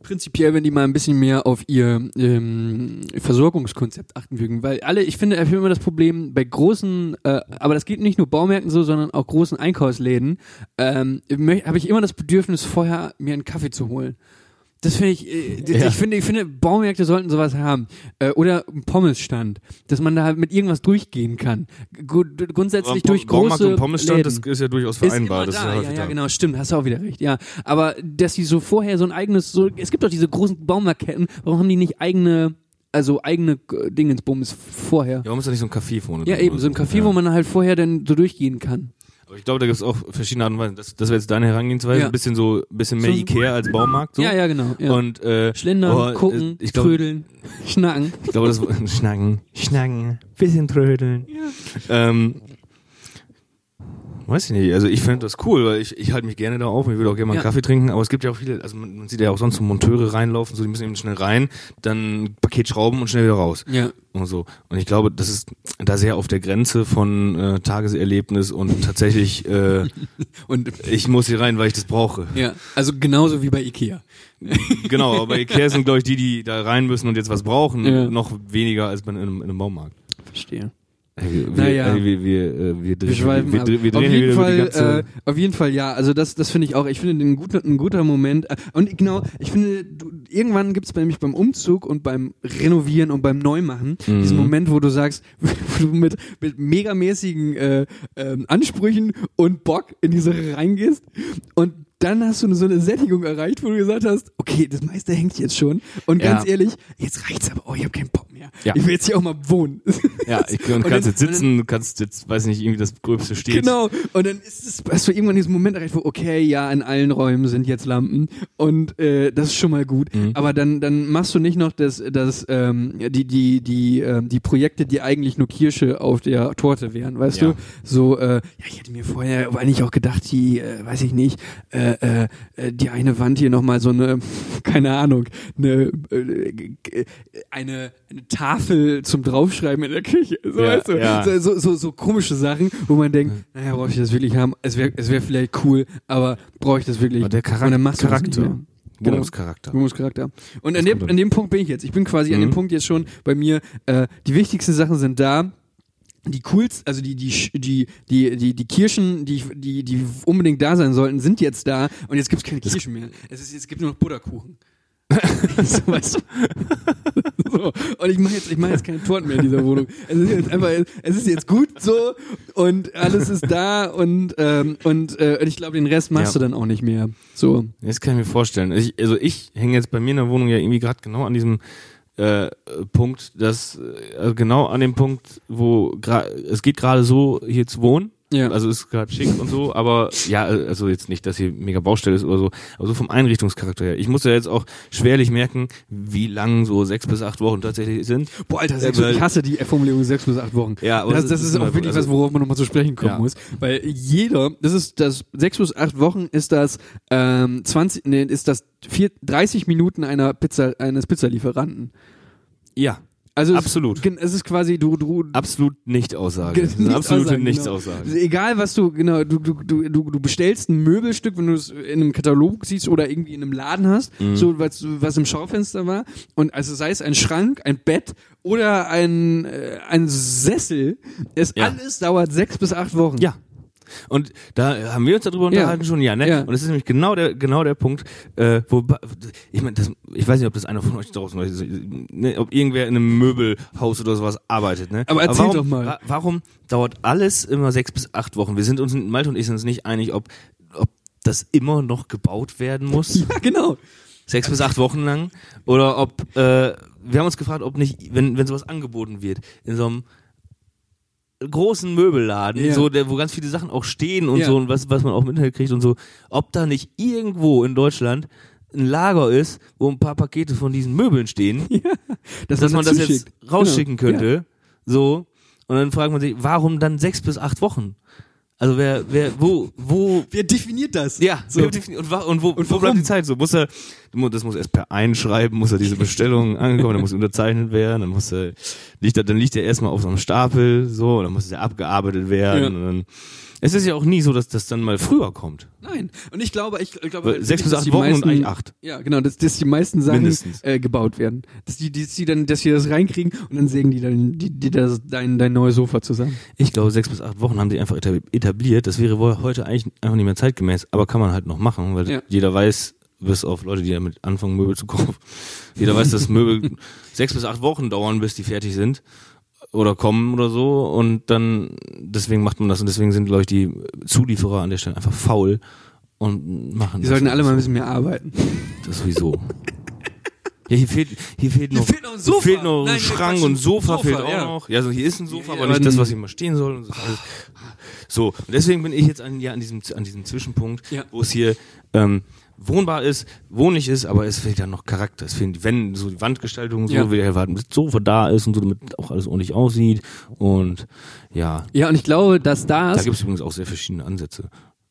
prinzipiell, wenn die mal ein bisschen mehr auf ihr ähm, Versorgungskonzept achten würden, weil alle, ich finde, ich habe immer das Problem bei großen, äh, aber das geht nicht nur Baumärkten so, sondern auch großen Einkaufsläden, ähm, mö- habe ich immer das Bedürfnis, vorher mir einen Kaffee zu holen. Das finde ich, äh, das-
Ja.
ich finde, ich finde, Baumärkte sollten sowas haben. Äh, oder ein Pommesstand, dass man da halt mit irgendwas durchgehen kann. Gu- grundsätzlich durch
Baumarkt
große
und Pommesstand,
Läden.
das ist ja durchaus
Ist
vereinbar.
immer
das
da.
ist
ja,
häufig
ja,
da.
genau, stimmt, hast du auch wieder recht, ja. Aber dass sie so vorher so ein eigenes, so, es gibt doch diese großen Baumarktketten, warum haben die nicht eigene also eigene äh, Dingensbums vorher.
Ja, warum ist da nicht so ein Café vorne?
Ja,
drin
eben,
oder
so ein Café,
Ja.
wo man halt vorher dann so durchgehen kann.
Aber ich glaube, da gibt es auch verschiedene Arten und Weisen. Das, das wäre jetzt deine Herangehensweise.
Ja.
Ein bisschen so, ein bisschen mehr
So-
Ikea als Baumarkt. So.
Ja, ja, genau. Ja.
Und, äh,
Schlendern,
oh,
gucken,
äh, Ich glaube,
trödeln,
*laughs*
schnacken.
ich glaube,
*laughs*
das Schnacken, Schnacken, bisschen trödeln. Ähm, weiß ich nicht, also ich fände das cool, weil ich, ich halte mich gerne da auf und ich würde auch gerne mal einen
Ja.
Kaffee trinken, aber es gibt ja auch viele, also man, man sieht ja auch sonst so Monteure reinlaufen, so die müssen eben schnell rein, dann ein Paket schrauben und schnell wieder raus.
Ja.
Und so. Und ich glaube, das ist da sehr auf der Grenze von äh, Tageserlebnis und tatsächlich,
*laughs*
äh,
Und
ich muss hier rein, weil ich das brauche. *laughs*
ja, also genauso wie bei Ikea.
Genau, aber Ikea sind, glaube ich, die, die da rein müssen und jetzt was brauchen,
Ja.
noch weniger als bei einem, in einem Baumarkt.
Verstehe.
Ey, Wir,
Naja.
naja. wir, wir, äh, wir,
Wir schweifen
wir,
ab.
wir, wir
auf
drehen hier
jeden
wieder
Fall,
über die ganze.
äh, auf jeden Fall ja. Also das, das finde ich auch. Ich finde den guten, ein guter Moment. äh, Und genau, ich finde, du, irgendwann gibt es nämlich beim Umzug und beim Renovieren und beim Neumachen
Mhm.
diesen Moment, wo du sagst, *laughs* wo du mit, mit megamäßigen äh, ähm, Ansprüchen und Bock in die Sache reingehst und dann hast du so eine Sättigung erreicht, wo du gesagt hast, okay, das meiste hängt jetzt schon. Und
Ja.
ganz ehrlich, jetzt reicht's aber. Oh, ich habe keinen Bock mehr.
Ja.
Ich will jetzt hier auch mal wohnen. *laughs*
ja, ich, und
äh, und
kannst
dann-
jetzt sitzen, du kannst jetzt, weiß nicht, irgendwie das Gröbste steht.
Genau, und dann ist es, hast du irgendwann diesen Moment erreicht, wo, okay, ja, in allen Räumen sind jetzt Lampen und äh, das ist schon mal gut, aber dann, dann machst du nicht noch das, das, ähm, die, die, die, ähm, die Projekte, die eigentlich nur Kirsche auf der Torte wären, weißt
Ja.
du? So, äh, ja, ich hätte mir vorher eigentlich auch gedacht, die, äh, weiß ich nicht, äh, äh, äh, die eine Wand hier nochmal so eine, *laughs* keine Ahnung, eine, äh, g- g- eine, eine Tafel zum Draufschreiben in der Küche, so,
Ja,
weißt du?
ja.
So, so, so, so komische Sachen, wo man denkt, naja, brauche ich das wirklich haben? Es wäre es wär vielleicht cool, aber brauche ich das wirklich?
Aber der Charak
Und dann machst du das nicht
Charakter.
mehr. Genau.
Wohnungscharakter.
Wohnungscharakter. Und an
Das
dem,
kommt
an dem Punkt bin ich jetzt. Ich bin quasi an dem
Mhm.
Punkt jetzt schon bei mir. Äh, die wichtigsten Sachen sind da. Die coolsten, also die, die, Sch- die, die, die, die Kirschen, die, ich- die, die unbedingt da sein sollten, sind jetzt da und jetzt gibt es keine Kirschen mehr. Es, ist, es gibt nur noch
*laughs*
Butterkuchen. so, weißt du? so. Und ich mache jetzt, ich mach jetzt keine Torten mehr in dieser Wohnung. Es ist jetzt einfach, es ist jetzt gut so und alles ist da und, ähm, und, äh, und ich glaube, den Rest machst
Ja.
du dann auch nicht mehr. So.
Das kann ich mir vorstellen. Ich, also ich hänge jetzt bei mir in der Wohnung ja irgendwie gerade genau an diesem äh, äh, Punkt, dass äh, also genau an dem Punkt, wo gra- es geht gerade so hier zu wohnen.
Ja.
Also ist gerade schick und so, aber ja, äh, also jetzt nicht, dass hier mega Baustelle ist oder so, aber so vom Einrichtungscharakter her. Ich muss ja jetzt auch schwerlich merken, wie lang so sechs bis acht Wochen tatsächlich sind.
Boah, Alter, sechs,
weil-
ich hasse die Formulierung 6 bis 8 Wochen.
Ja, aber
das,
es
das
ist
ist auch
immer-
wirklich was,
also-
worauf man nochmal zu sprechen kommen
Ja.
muss. Weil jeder, das ist das 6 bis 8 Wochen ist das ähm, 20, nee, ist das vier, 30 Minuten einer Pizza, eines Pizzalieferanten.
Ja,
Also
Absolut.
Es, gen- es ist quasi, du, du,
absolut
*laughs*
Nichtaussage.
Ge-
Also Das ist eine absolute
Nichtaussage,
Nichtaussage.
Genau. Egal, was du, genau, du, du, du, du du bestellst ein Möbelstück, wenn du es in einem Katalog siehst oder irgendwie in einem Laden hast,
Mhm.
so was, was im Schaufenster war. Und also sei es ein Schrank, ein Bett oder ein, äh, ein Sessel, es
Ja.
alles dauert sechs bis acht Wochen.
Ja. Und da haben wir uns darüber unterhalten schon, ja, ne?
Ja.
Und das ist nämlich genau der, genau der Punkt, äh, wo, ba- ich meine, das, ich weiß nicht, ob das einer von euch draußen weiß, ne, ob irgendwer in einem Möbelhaus oder sowas arbeitet, ne?
Aber erzähl
warum,
doch mal.
wa- Warum dauert alles immer sechs bis acht Wochen? Wir sind uns, Malte und ich sind uns nicht einig, ob, ob das immer noch gebaut
*laughs*
werden
*laughs*
muss
Ja, genau.
sechs bis acht Wochen lang oder ob äh, wir haben uns gefragt, ob nicht, wenn wenn sowas angeboten wird in so einem großen Möbelladen,
Ja.
so der, wo ganz viele Sachen auch stehen und
Ja.
so und was was man auch mit kriegt und so, ob da nicht irgendwo in Deutschland ein Lager ist, wo ein paar Pakete von diesen Möbeln stehen, dass man das jetzt
zuschickt.
rausschicken
Genau.
könnte, so und dann fragt man sich, warum dann sechs bis acht Wochen? Also wer wer wo wo
Wer definiert das?
ja,
So.
so. und, wa- und, wo, und wo
warum?
bleibt die Zeit? So muss er, du mu- das muss erst per Einschreiben, muss er diese Bestellung angekommen, dann muss unterzeichnet werden, dann muss er, liegt er, dann liegt er erstmal auf so einem Stapel, so, dann muss er abgearbeitet werden.
Ja.
Und dann, es ist ja auch nie so, dass das dann mal früher kommt.
Nein. Und ich glaube, ich, ich glaube,
Weil
halt
sechs
wirklich,
bis
dass
acht
die
Wochen und
meisten-
eigentlich acht.
Ja, genau, dass, dass die meisten Sachen
Mindestens.
äh, gebaut werden. Dass die, dass die dann, dass die das reinkriegen und dann sägen die dann die, die das, dein, dein neues Sofa zusammen.
Ich glaube, sechs bis acht Wochen haben die einfach etab- etabliert. Das wäre wohl heute eigentlich einfach nicht mehr zeitgemäß, aber kann man halt noch machen, weil
Ja.
jeder weiß, bis auf Leute, die damit anfangen, Möbel zu kaufen. *laughs* Jeder weiß, dass Möbel sechs bis acht Wochen dauern, bis die fertig sind oder kommen oder so. Und dann, deswegen macht man das und deswegen sind, glaube ich, die Zulieferer an der Stelle einfach faul und machen
Die sollten alle mal ein bisschen mehr arbeiten.
das sowieso. Ja, hier fehlt, hier fehlt
Hier
noch,
fehlt noch ein Sofa.
Hier fehlt noch
Nein,
ein
hier
Schrank
Quatsch,
und
ein
ein Sofa,
Sofa,
fehlt auch
ja.
noch. Ja, so hier ist ein Sofa,
Ja,
aber
aber
nicht
Ah.
das,
n-
was hier mal stehen soll. Und so, alles. so, und deswegen bin ich jetzt an, ja, an, diesem, an diesem Zwischenpunkt,
Ja.
wo es hier ähm, wohnbar ist, wohnlich ist, aber es fehlt dann noch Charakter. Es fehlen die Wände, so die Wandgestaltung, so
Ja.
wie der halt mit Sofa da ist und so, damit auch alles ordentlich aussieht. Und ja,
Ja, und ich glaube, dass
da
das.
gibt es übrigens auch sehr verschiedene Ansätze.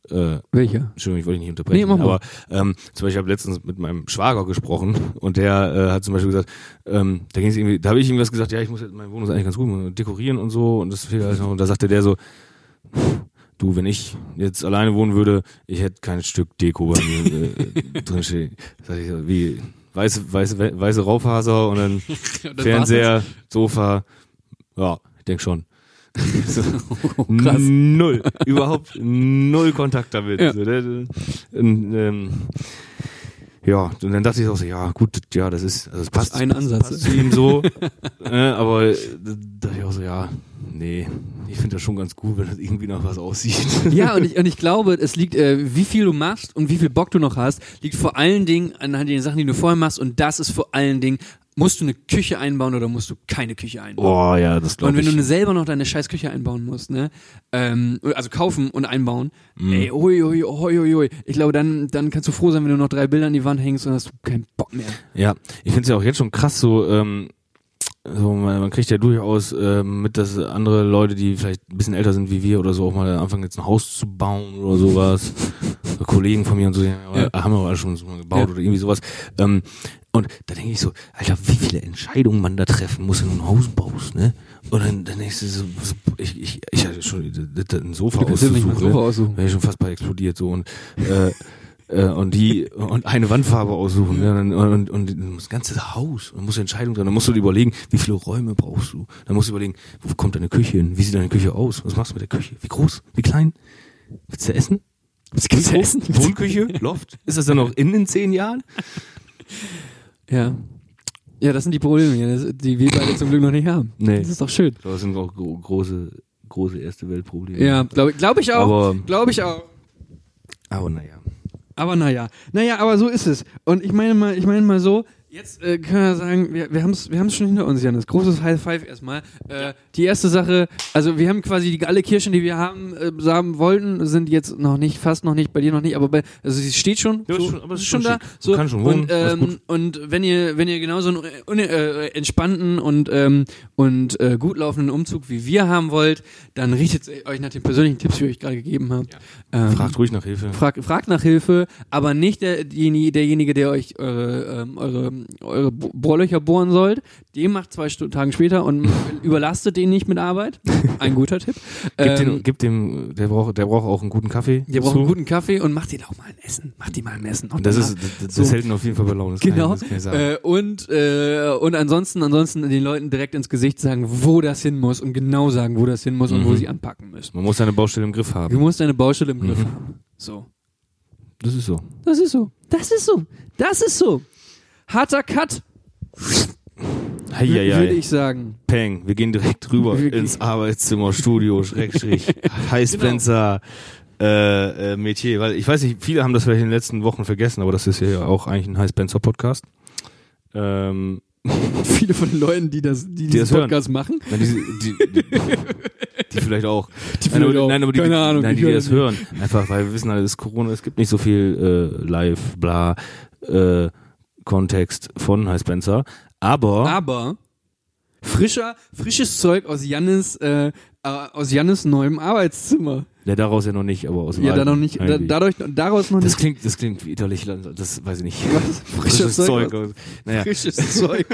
Äh,
Welcher?
Entschuldigung, ich wollte dich nicht unterbrechen.
Nee, mach mal.
aber ähm, zum Beispiel habe ich letztens mit meinem Schwager gesprochen und der äh, hat zum Beispiel gesagt, ähm, da ging es irgendwie, da habe ich ihm was gesagt, ja, ich muss jetzt meine Wohnung ist eigentlich ganz gut dekorieren und so und das fehlt alles noch. Und da sagte der so, du, wenn ich jetzt alleine wohnen würde, ich hätte kein Stück Deko bei mir äh, *laughs* drin stehen. Sag ich so, wie weiße, weiße, weiße Raufaser und
Dann
dann
war's
Genau, Fernseher, Sofa, ja, ich
*laughs*
denk schon.
Oh, krass.
Null. Überhaupt null Kontakt damit.
Ja.
Ja. So, ne? Und, ähm, ja, und dann dachte ich auch so, ja, gut, ja, das ist, also
Das
es passt,
ist ein Ansatz.
passt zu
*laughs*
ihm so. äh, aber äh, da dachte ich auch so, ja, nee, ich finde das schon ganz gut, wenn das irgendwie nach was aussieht.
Ja,
*laughs*
und ich, und ich glaube, es liegt, äh, wie viel du machst und wie viel Bock du noch hast, liegt vor allen Dingen an den Sachen, die du vorher machst. Und das ist vor allen Dingen, musst du eine Küche einbauen oder musst du keine Küche einbauen?
Boah, ja, das
und
glaube
wenn
ich.
du ne- selber noch deine scheiß Küche einbauen musst, ne? Ähm, also kaufen und einbauen,
Mhm.
ey, ui, ui, ui, ui, ui. Ich glaube, dann, dann kannst du froh sein, wenn du noch drei Bilder an die Wand hängst und hast du keinen Bock mehr.
Ja, ich find's ja auch jetzt schon krass, so, ähm, so man, man kriegt ja durchaus ähm, mit, dass andere Leute, die vielleicht ein bisschen älter sind wie wir oder so, auch mal anfangen, jetzt ein Haus zu bauen
*laughs*
oder sowas. Oder Kollegen von mir und so, die haben ja. haben ja auch alle schon so mal gebaut
Ja.
oder irgendwie sowas. Ähm, und da denke ich so, Alter, wie viele Entscheidungen man da treffen muss, wenn du ein Haus baust, ne? Und dann, dann denkst du so, so ich, ich, ich hatte schon das- das- ein Sofa
Du kannst dir nicht mal ein
auszusuchen.
Sofa
ne?
aussuchen.
Wäre ich schon fast bei explodiert so und äh, äh, und die und eine Wandfarbe aussuchen ne? und, und, und, und das ganze Haus und musst Entscheidungen treffen. Dann musst du dir überlegen, wie viele Räume brauchst du? Dann musst du überlegen, wo kommt deine Küche hin? Wie sieht deine Küche aus? Was machst du mit der Küche? Wie groß? Wie klein? Willst du essen?
Was gibt's
Wo- Wohnküche? Loft? Ist das dann noch in den zehn Jahren?
Ja. Ja, das sind die Probleme, ja, das- die wir beide zum Glück noch nicht haben.
Nee.
Das ist doch schön.
Das sind auch gro große, große erste Weltprobleme.
Ja, glaube glaub ich auch.
Aber-
Glaube ich auch.
Aber naja.
Aber naja, naja, aber so ist es. Und ich meine mal, ich meine mal so, jetzt äh, können wir sagen, wir, wir haben es wir haben's schon hinter uns, Janis. Großes High Five erstmal. Äh, die erste Sache, also wir haben quasi die, alle Kirschen, die wir haben, äh, haben wollten, sind jetzt noch nicht, fast noch nicht, bei dir noch nicht, aber bei, also sie steht schon.
Ja,
so,
ist schon- aber ist
ist
schon
da.
schick.
So,
Kann schon
und,
wohnen, alles
ähm,
gut.
und wenn ihr, wenn ihr genauso einen un, äh, entspannten und, ähm, und äh, gut laufenden Umzug wie wir haben wollt, dann richtet euch nach den persönlichen Tipps, die ich euch gerade gegeben habe. Ähm,
Fragt ruhig nach Hilfe.
Frag, fragt nach Hilfe, aber nicht der, diejenige, derjenige, der euch eure, ähm, eure, eure Bo- Bohrlöcher bohren sollt. Den macht zwei Stu- Tagen später und *laughs* überlastet den nicht mit Arbeit. Ein guter Tipp.
Gib,
Ähm,
den, gib dem, der braucht, der braucht auch einen guten Kaffee.
ihr braucht
zu.
einen guten Kaffee und macht den auch mal ein Essen. Macht die mal ein Essen. Auch
Das,
danach.
ist, das, das
So.
hält ihn auf jeden Fall bei Laune. Das
*laughs* Genau.
Kann ich, das kann ich sagen.
Äh, und, äh, und ansonsten, ansonsten den Leuten direkt ins Gesicht sagen, wo das hin muss und genau sagen, wo das hin muss und
Mhm.
wo sie anpacken müssen.
Man muss seine Baustelle im Griff
Du
haben.
musst deine Baustelle im Griff
Mhm.
haben. So.
Das ist so.
Das ist so. Das ist so. Das ist so. Harter Cut,
Hei,
wür-
hei,
würde
hei.
ich sagen. *laughs*
Peng. Wir gehen direkt rüber
Wir gehen- Genau.
ins Arbeitszimmer,
*laughs*
Studio, Schrägstrich, Heißblenzer, äh, äh, Metier. Weil ich weiß nicht, viele haben das vielleicht in den letzten Wochen vergessen, aber das ist ja auch eigentlich ein Heißblenzer-Podcast. Ähm,
Viele von den Leuten, die das, die, diesen
das hören.
Podcast machen,
Nein, diese, die,
*laughs*
die, die vielleicht auch. Die
vielleicht
nein, aber,
auch.
Nein, aber die,
Keine Ahnung,
nein,
ich
die, die
höre
das hören. Einfach, weil wir wissen alle, es ist Corona, es gibt nicht so viel äh, live, bla, äh, Kontext von High Spencer. Aber,
aber frischer, frisches Zeug aus Jannis, äh, äh, aus Jannis neuem Arbeitszimmer.
ja, daraus ja noch nicht, aber aus dem
Ja, da
Alten
noch nicht, da,
eigentlich.
dadurch, daraus noch
das
nicht.
klingt, das klingt widerlich, das weiß
*laughs*
ich nicht. *laughs*
Was? Frisches Zeug
Naja,
Frisches
*laughs*
Zeug.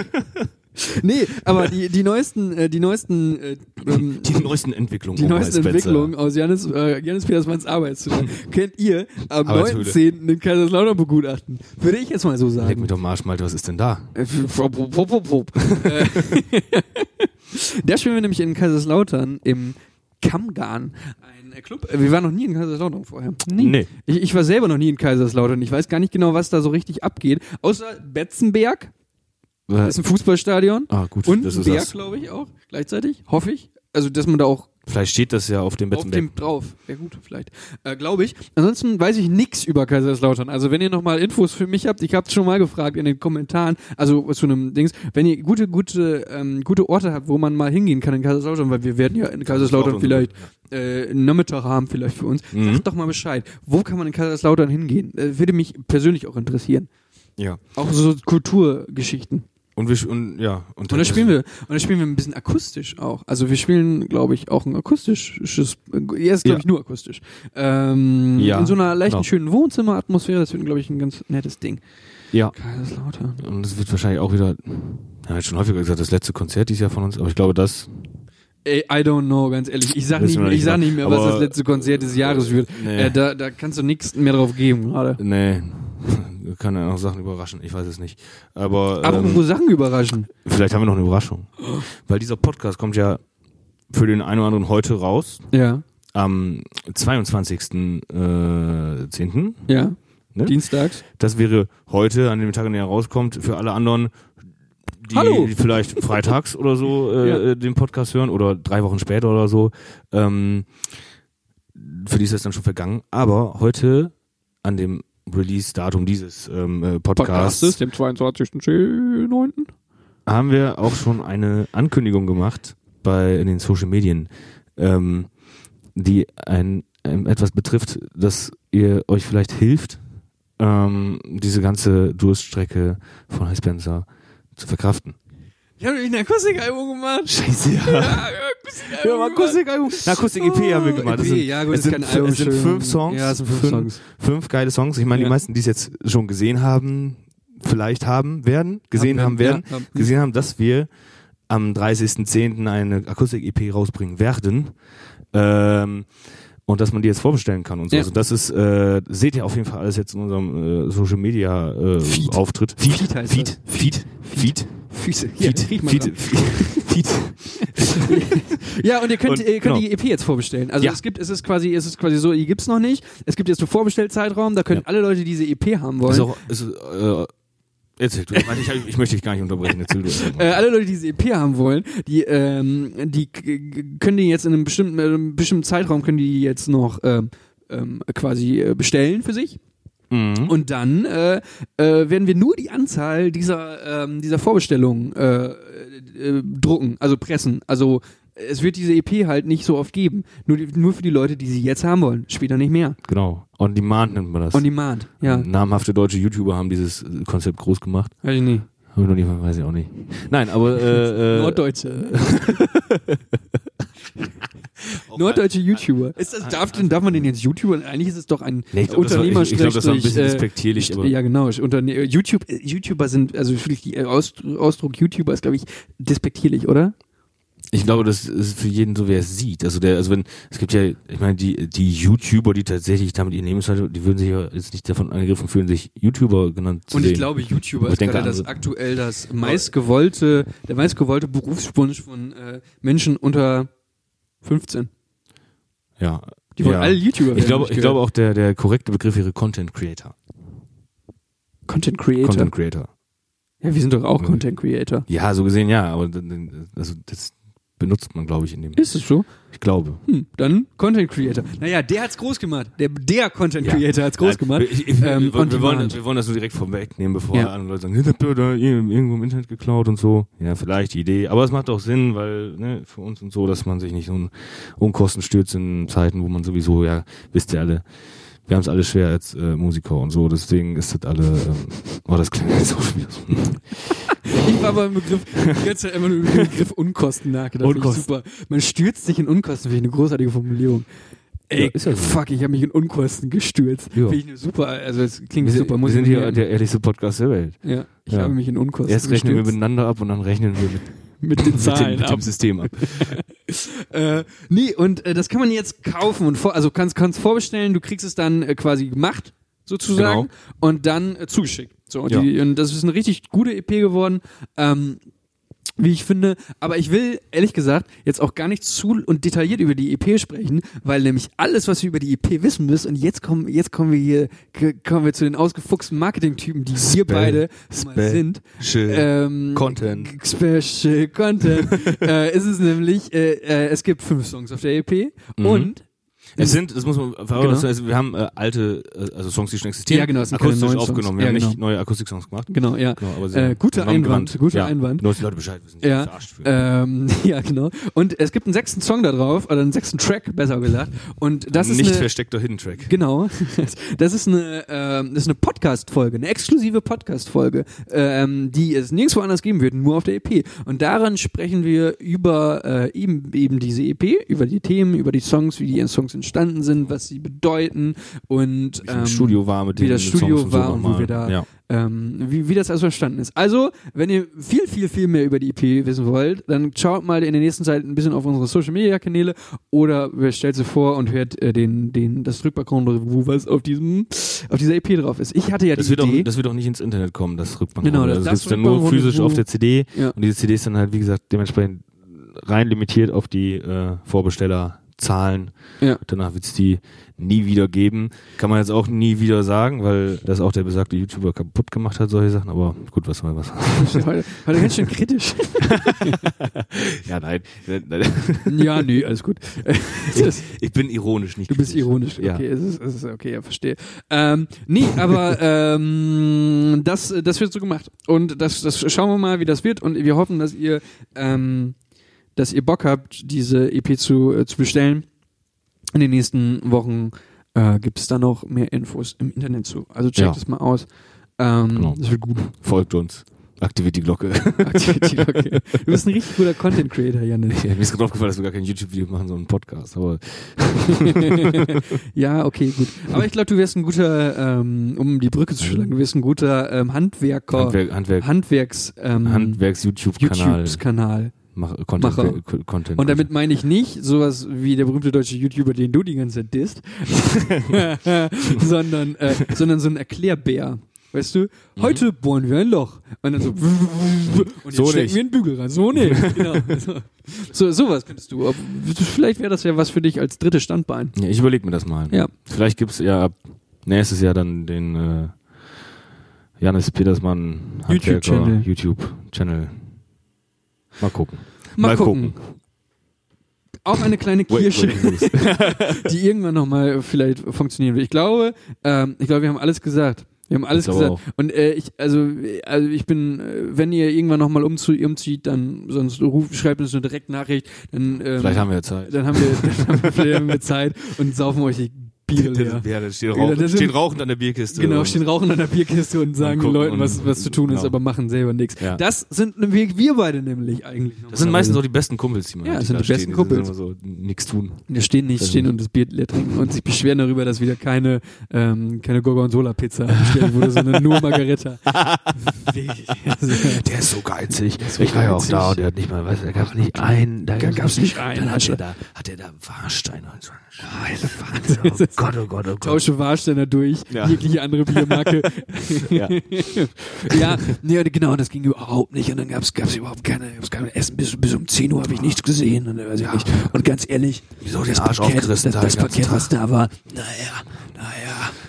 nee, aber die, die neuesten, äh, die neuesten, äh, ähm,
die neuesten
*laughs*
Entwicklungen.
die
um High
neuesten
Spencer.
Entwicklungen aus Janis, äh, Janis Petersmanns
*laughs*
Arbeitszimmer könnt ihr am
Arbeitshöhle.
9.10. in Kaiserslautern begutachten. Würde ich jetzt mal so
Leck
sagen.
mich doch mal, Malte, was ist denn da?
Äh, *laughs* pop, pop, pop, pop, pop. Äh, da spielen wir nämlich in Kaiserslautern im Kammgarn. Ein äh, Club. Äh, Wir waren noch nie in Kaiserslautern vorher.
Nee. Äh,
Ich, ich war selber noch nie in Kaiserslautern. Ich weiß gar nicht genau, was da so richtig abgeht. Außer Betzenberg,
Äh,
das ist ein Fußballstadion.
ah, gut,
Und
das
ein
ist
Berg,
das.
glaube ich, auch gleichzeitig. Hoffe ich. Also, dass man da auch
Vielleicht steht das ja auf dem
Auf dem drauf. Wäre gut, vielleicht. Äh, Glaube ich. Ansonsten weiß ich nichts über Kaiserslautern. Also wenn ihr nochmal Infos für mich habt, ich hab's schon mal gefragt in den Kommentaren, also zu einem Dings, wenn ihr gute, gute, ähm, gute Orte habt, wo man mal hingehen kann in Kaiserslautern, weil wir werden ja in Kaiserslautern
Kaiserslautern
vielleicht äh, einen Nachmittag haben, vielleicht für uns.
Mhm.
Sagt doch mal Bescheid. Wo kann man in Kaiserslautern hingehen? Äh, würde mich persönlich auch interessieren.
Ja.
Auch so Kulturgeschichten.
Und wir sch- und ja.
Und da spielen wir, und da spielen wir ein bisschen akustisch auch. Also wir spielen, glaube ich, auch ein akustisches, ja, ist, glaube
Ja.
ich, nur akustisch. Ähm,
Ja,
in so einer leichten,
genau.
schönen Wohnzimmeratmosphäre, das wird, glaube ich, ein ganz nettes Ding.
Ja.
Kaiserslautern.
Und es wird wahrscheinlich auch wieder. Ja, hat schon häufiger gesagt, das letzte Konzert dieses Jahr von uns, aber ich glaube, das.
Ey, I don't know, ganz ehrlich. Ich sag,
Wissen
nicht,
wir noch
ich
nicht
sag
genau.
nicht mehr, was
Aber,
das letzte Konzert des Jahres wird.
nee.
Äh, da, da kannst du nichts mehr drauf geben gerade.
Nee. *laughs* Kann ja noch Sachen überraschen, ich weiß es nicht. Aber ähm,
Apropos Sachen überraschen.
vielleicht haben wir noch eine Überraschung. Weil dieser Podcast kommt ja für den einen oder anderen heute raus.
Ja,
Am äh, 22.10.
ja.
Ne?
Dienstags.
Das wäre heute, an dem Tag, an dem er rauskommt, für alle anderen, die
Hallo. *laughs*
vielleicht freitags oder so äh,
Ja.
äh, den Podcast hören oder drei Wochen später oder so. Ähm, für die ist das dann schon vergangen. Aber heute, an dem Release-Datum dieses ähm, äh, Podcasts,
Podcast ist dem 22.09.
haben wir auch schon eine Ankündigung gemacht bei in den Social Medien, ähm, die ein, ähm, etwas betrifft, dass ihr euch vielleicht hilft, ähm, diese ganze Durststrecke von High Spencer zu verkraften.
Ich habe nämlich eine Akustikalbum gemacht.
Scheiße, ja.
Ja,
Akustik-Album. Na, Akustik-EP haben wir gemacht.
EP,
Es sind,
Oh, E ja, gut,
es
ist
sind,
kein Album,
es sind
schön.
fünf Songs.
Ja, es sind fünf Songs.
Fünf geile Songs. Ich meine,
Ja.
die meisten, die es jetzt schon gesehen haben, vielleicht haben werden, gesehen haben,
Haben werden,
werden,
ja, haben.
gesehen haben, dass wir am 30.10. eine Akustik-EP rausbringen werden. Ähm, und dass man die jetzt vorbestellen kann und so.
Ja.
Also das ist, äh, seht ihr auf jeden Fall alles jetzt in unserem äh, Social Media äh,
Feed.
Auftritt.
Feed heißt
Feed, Feed, Feed,
Füße. Hier,
Feed,
riech mal
Feed,
*laughs*
Feed, Feed.
dran. Ja, und ihr könnt,
Und,
ihr könnt
genau.
die EP jetzt vorbestellen. Also
Ja.
es gibt, es ist quasi, es ist quasi so, die gibt's noch nicht. Es gibt jetzt einen Vorbestellzeitraum, da können
Ja. Also-
alle Leute, die diese EP haben wollen.
Ist auch, ist, äh, erzähl du. Ich, meine, ich, ich möchte dich gar nicht unterbrechen. Erzähl du. erst mal.
Äh, alle Leute, die diese EP haben wollen, die, ähm, die k- k- können die jetzt in einem bestimmten, in einem bestimmten Zeitraum können die jetzt noch ähm, ähm, quasi äh, bestellen für sich.
Mhm.
Und dann äh, äh, werden wir nur die Anzahl dieser, ähm, dieser Vorbestellungen äh, äh, drucken, also pressen. Also es wird diese EP halt nicht so oft geben. Nur, die- nur für die Leute, die sie jetzt haben wollen. Später nicht mehr.
Genau. On Demand nennt man das.
On Demand. Ja,
Namhafte deutsche YouTuber haben dieses äh, Konzept groß gemacht.
weiß ich nicht.
Habe ich noch nicht, weiß ich auch nicht. Nein,
*laughs*
aber äh, äh,
Norddeutsche. Norddeutsche YouTuber. Ist das, darf, denn, darf man den jetzt YouTuber? Eigentlich ist es doch ein
Nee, ich glaub, das war-
Unternehmer.
ich- ich glaub, das war ein bisschen
Schrägstrich, äh,
despektierlich, aber-
Ja, genau. Unterne YouTube, äh, YouTuber sind, also wirklich die äh, Ausdru- Ausdruck YouTuber ist, glaube ich, despektierlich, oder?
ich glaube, das ist für jeden so, wer es sieht. Also der, also wenn es gibt ja, ich meine, die die YouTuber, die tatsächlich damit ihr Lebensmittel, die würden sich ja jetzt nicht davon angegriffen fühlen, sich YouTuber genannt zu
Und
sehen.
ich glaube, YouTuber
Ich
ist
denke
gerade
an
das
so-
aktuell das meistgewollte, der meistgewollte Berufswunsch von äh, Menschen unter 15.
ja,
Die wollen
ja.
alle YouTuber werden.
Ich glaube,
hab
ich
gehört.
glaube auch der der korrekte Begriff wäre Content Creator.
Content Creator.
Content Creator.
ja, wir sind doch auch
Mhm.
Content Creator.
Ja, so gesehen ja, aber dann- dann- also das benutzt man, glaube ich, in dem.
Ist es so?
Ich glaube.
Hm, dann Content Creator. Naja, der hat's groß gemacht. Der, der Content Creator hat's groß
Nein,
gemacht.
Ich,
Ähm,
ich, wir, wollen-
on
wir, wollen,
demand.
wir wollen das nur direkt vom Wegnehmen, bevor
Ja.
andere Leute sagen, "Ihr habt ja da irgendwo im Internet geklaut und so. Ja, vielleicht die Idee. Aber es macht auch Sinn, weil ne, für uns und so, dass man sich nicht so in Unkosten stürzt in Zeiten, wo man sowieso, ja, wisst ihr alle, wir haben es alle schwer als äh, Musiker und so. Deswegen ist das alle. Ähm, oh, das klingt jetzt auch schon wieder so.
Ich war aber im Begriff, die ganze Zeit immer nur über den Begriff Unkosten nachgedacht. Finde ich
Unkosten.
Super. Man stürzt sich in Unkosten, finde ich eine großartige Formulierung. Ey,
Ja, ist ja so.
fuck, ich habe mich in Unkosten gestürzt.
Ja.
Finde ich eine super, also es klingt super.
Wir, sind- wir
Muss
sind
ich
hier
mir merken.
der ehrlichste Podcast der Welt.
ja, ich
Ja.
habe mich in Unkosten
Erst rechnen wir
gestürzt.
miteinander ab und dann rechnen wir mit,
mit den
*laughs* mit, dem,
Zahlen
mit
ab.
dem
*laughs*
System ab.
Äh, nee, und äh, das kann man jetzt kaufen und vor, also kannst kannst vorbestellen, du kriegst es dann äh, quasi gemacht sozusagen
Genau.
und dann äh, zugeschickt. So und,
Ja.
die, und das ist eine richtig gute EP geworden. E Ähm, wie ich finde. Aber ich will, ehrlich gesagt, jetzt auch gar nicht zu und detailliert über die EP sprechen, weil nämlich alles, was wir über die EP wissen müssen, und jetzt kommen, jetzt kommen wir hier, k- kommen wir zu den ausgefuchsten Marketing-Typen, die wir beide nun mal
Spell.
sind.
Schön.
Ähm,
Content.
g- Special
*laughs*
Content. äh, ist es nämlich, äh, äh, es gibt fünf Songs auf der EP
Mhm.
und
Es sind, das muss man
Genau.
also wir haben äh, alte, äh, also Songs, die schon existieren,
Ja, genau, es sind keine
akustisch
neuen Songs.
aufgenommen. Wir
Ja,
haben nicht
genau.
neue Akustik-Songs gemacht.
genau, ja.
Genau, aber sie
äh, guter
haben
Einwand,
gebrannt.
guter
ja.
Einwand.
Nur dass die Leute Bescheid wissen. die sind
Ja,
Verarscht für.
ähm, *laughs* ja, genau. Und es gibt einen sechsten Song da drauf, oder einen sechsten Track, besser gesagt. Und das ist
nicht
eine,
versteckter Hidden Track.
Genau. *laughs* Das ist eine, ähm, das ist eine Podcast-Folge, eine exklusive Podcast-Folge, ähm, die es nirgendwo anders geben wird, nur auf der EP. Und daran sprechen wir über äh, eben, eben diese EP, über die Themen, über die Songs, wie die Songs entstanden sind, was sie bedeuten und
Wie
ähm,
das Studio war mit
wie
den
das
Songs
Studio
und so
war und wo
nochmal.
wir da,
Ja.
ähm, wie, wie das alles verstanden ist. Also, wenn ihr viel, viel, viel mehr über die EP wissen wollt, dann schaut mal in der nächsten Zeit ein bisschen auf unsere Social Media Kanäle oder stellt sie vor und hört äh, den, den, das Rückbackgrund-Review, was auf diesem, auf dieser EP drauf ist. Ich hatte ja
Das
die
wird, auch,
Idee.
das wird auch nicht ins Internet kommen, das Rückband.
Genau, das-
das,
das
gibt's dann nur
Rückband-
physisch auf der CD
Ja.
und diese CD ist dann halt, wie gesagt, dementsprechend rein limitiert auf die äh, Vorbestellerzahlen.
Ja.
Danach wird's die nie wieder geben. Kann man jetzt auch nie wieder sagen, weil das auch der besagte YouTuber kaputt gemacht hat, solche Sachen, aber gut, was
*laughs*
soll was.
heute, heute ganz schön kritisch.
Ja, nein.
ja, nee, alles gut. *laughs* Das-
Ich bin ironisch, nicht
Du bist
kritisch.
ironisch.
Ja.
Okay, es ist, es ist okay, ja, verstehe. Ähm, nee,
*laughs*
aber ähm, das, das wird so gemacht. Und das, das schauen wir mal, wie das wird. Und wir hoffen, dass ihr, ähm, dass ihr Bock habt, diese EP zu, äh, zu bestellen. In den nächsten Wochen äh, gibt es da noch mehr Infos im Internet zu. Also checkt
Ja.
es mal aus. Ähm,
Genau.
Das wird gut. *laughs*
Folgt uns. Aktiviert die Glocke. *laughs*
Aktivität, okay. Du bist ein richtig guter Content Creator, Janne.
*laughs* Ja, mir ist gerade aufgefallen, dass wir gar kein YouTube-Video machen, sondern einen Podcast. Aber
*laughs* ja, okay, gut. Aber ich glaube, du wärst ein guter, ähm, um die Brücke zu schlagen, du wärst ein guter ähm, Handwerker,
Handwerk, Handwerk,
Handwerks, ähm,
Handwerks-YouTube-Kanal.
YouTubes-Kanal.
Mach, Content,
Macher.
Content, Content.
Und damit meine ich nicht sowas wie der berühmte deutsche YouTuber, den du die ganze Zeit
*laughs*
disst, *laughs* sondern, äh, sondern so ein Erklärbär. Weißt du,
Mhm.
heute bohren wir ein Loch. Und
*laughs*
dann so, und jetzt
So
stecken
nicht.
wir einen Bügel ran. So nicht. Genau. *laughs* So, sowas könntest du. Ob- Vielleicht wäre das ja was für dich als drittes Standbein.
Ja, ich überlege mir das mal.
Ja.
Vielleicht gibt's ja ab nächstes Jahr dann den äh, Janis Petersmann Handwerker-
YouTube-Channel.
YouTube-Channel. mal gucken.
Mal,
Mal
gucken.
gucken.
Auch eine kleine Kirsche, *laughs* die irgendwann nochmal vielleicht funktionieren wird. Ich glaube, ähm, ich glaube, wir haben alles gesagt. Wir haben alles
Ich glaube
gesagt. Und äh, ich, also, äh, also ich bin, äh, wenn ihr irgendwann nochmal umzu umzieht, dann sonst ruft, schreibt uns eine Direktnachricht. Dann, ähm,
Vielleicht haben wir ja Zeit.
dann haben wir, *laughs* dann haben wir, vielleicht haben wir Zeit und saufen euch die Bier leer.
*laughs* Ja, das steht,
rauchend- das sind- steht
rauchend an der Bierkiste.
Genau, stehen rauchen an der Bierkiste und sagen den
gucken
Leuten,
und-
was, was zu tun ist,
genau.
aber machen selber nichts.
Ja.
Das sind wir, wir beide nämlich eigentlich.
Das sind meistens auch die besten Kumpels, die man
Ja,
hat,
das sind
da
die besten
stehen.
Kumpels.
Die sind immer so, nix tun.
Wir stehen nicht,
Sehr
stehen
gut.
und das Bier leer trinken und sich beschweren darüber, dass wieder keine, ähm, keine Gorgonzola-Pizza bestellt wurde, sondern nur
*laughs*
Margarita.
Der ist so geizig.
so
ich war ja auch
geizig.
da und der hat nicht mal, was, da gab's nicht einen. Da
Ga- gab's nicht einen.
Dann hat er da, hat er da Warsteine und so.
*laughs* Das
Oh
ist-
Gott, oh Gott, oh Gott.
Tausche Warsteiner durch,
Ja.
jegliche andere Biermarke.
*laughs* Ja.
ja, nee, genau, das ging überhaupt nicht. Und dann gab's gab's überhaupt keine, gab's kein Essen. Bis, bis um 10 Uhr habe ich nichts gesehen. Und, äh, weiß ich nicht. und ganz ehrlich,
Ah. Wieso den Arsch aufgerissen?
das, das
den ganzen
Paket,
Tag?
was da war, naja, naja.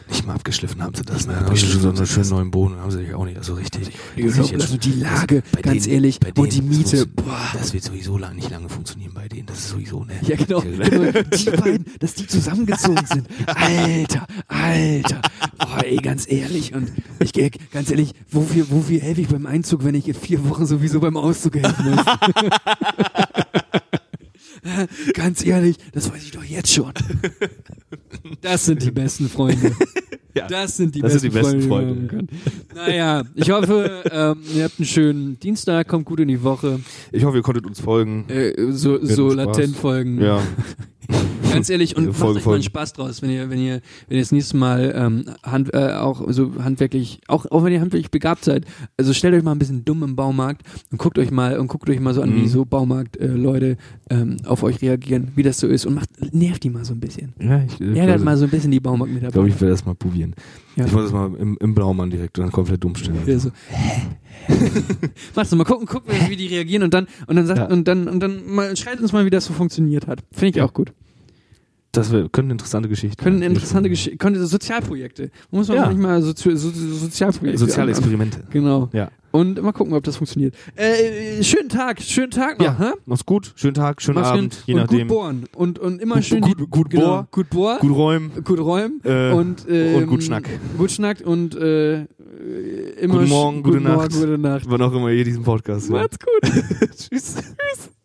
Nicht mal abgeschliffen haben sie das. Ne? Dann haben sie schon so einen schönen neuen Boden. Haben sie sich auch nicht. Also richtig.
Die Urlaub- also die Lage, ganz ehrlich, und die Miete.
Boah. Ah, Das wird sowieso lang, nicht lange funktionieren bei denen. Das ist sowieso, ne?
Ja,
*laughs*
genau. genau. *laughs* Die beiden, dass die zusammengezogen sind. Alter, Alter. Boah, ey, ganz ehrlich. Und ich gehe, ganz ehrlich, wofür, wofür helfe ich beim Einzug, wenn ich in vier Wochen sowieso beim Auszug helfen muss? *laughs* ganz ehrlich, das weiß ich doch jetzt schon. Das sind die besten Freunde.
Ja,
das sind die,
das
besten,
sind die besten
Freunde. die man haben kann. Naja, ich hoffe, ähm, ihr habt einen schönen Dienstag, kommt gut in die Woche.
Ich hoffe, ihr konntet uns folgen.
Äh, so
hatten
so
Spaß.
latent folgen.
Ja.
Ganz ehrlich, und
Diese
macht
Folge
euch mal
folgen.
einen Spaß draus, wenn ihr, wenn ihr, wenn ihr das nächste Mal ähm, hand, äh, auch so handwerklich, auch, auch wenn ihr handwerklich begabt seid, also stellt euch mal ein bisschen dumm im Baumarkt und guckt euch mal und guckt euch mal so an,
Mhm.
wie so Baumarkt-Leute äh, Leute, ähm, auf euch reagieren, wie das so ist und macht, nervt die mal so ein bisschen.
Ja, ich äh,
Ärgert
glaube,
mal so ein bisschen die
ich glaube,
Baumarktmitarbeiter.
ich werde das mal probieren.
Ja.
Ich mache das mal im, im Blaumann direkt und dann komplett umstellen.
Ja, so.
*laughs*
Machst du mal gucken, gucken, wie die reagieren und dann und dann sagt
Ja.
und dann und dann mal, schreibt uns mal, wie das so funktioniert hat. Finde ich
Ja.
auch gut.
Das wär, könnte eine interessante Geschichte
Können
sein.
interessante Geschichten, können so Sozialprojekte. Muss man
Ja.
manchmal Sozi so so- Sozialprojekte.
Soziale
anfangen.
Experimente.
Genau.
Ja.
Und mal gucken, ob das funktioniert. Äh, schönen Tag, schönen Tag noch,
Ja,
hä?
macht's gut, schönen Tag, schönen
Mach's
Abend,
gut
je
und
nachdem.
gut bohren und und immer
Gut-
schön
gut-
die-
gut
genau,
bohren.
gut bohren,
gut räumen.
gut räumen
Äh,
und ähm,
gut Schnack.
Gut Schnack und äh, immer
Guten
sch-
Morgen, gute
guten Morgen,
Nacht.
gute Nacht.
Wann auch immer ihr diesen Podcast hört.
Macht's gut. *laughs*
Tschüss.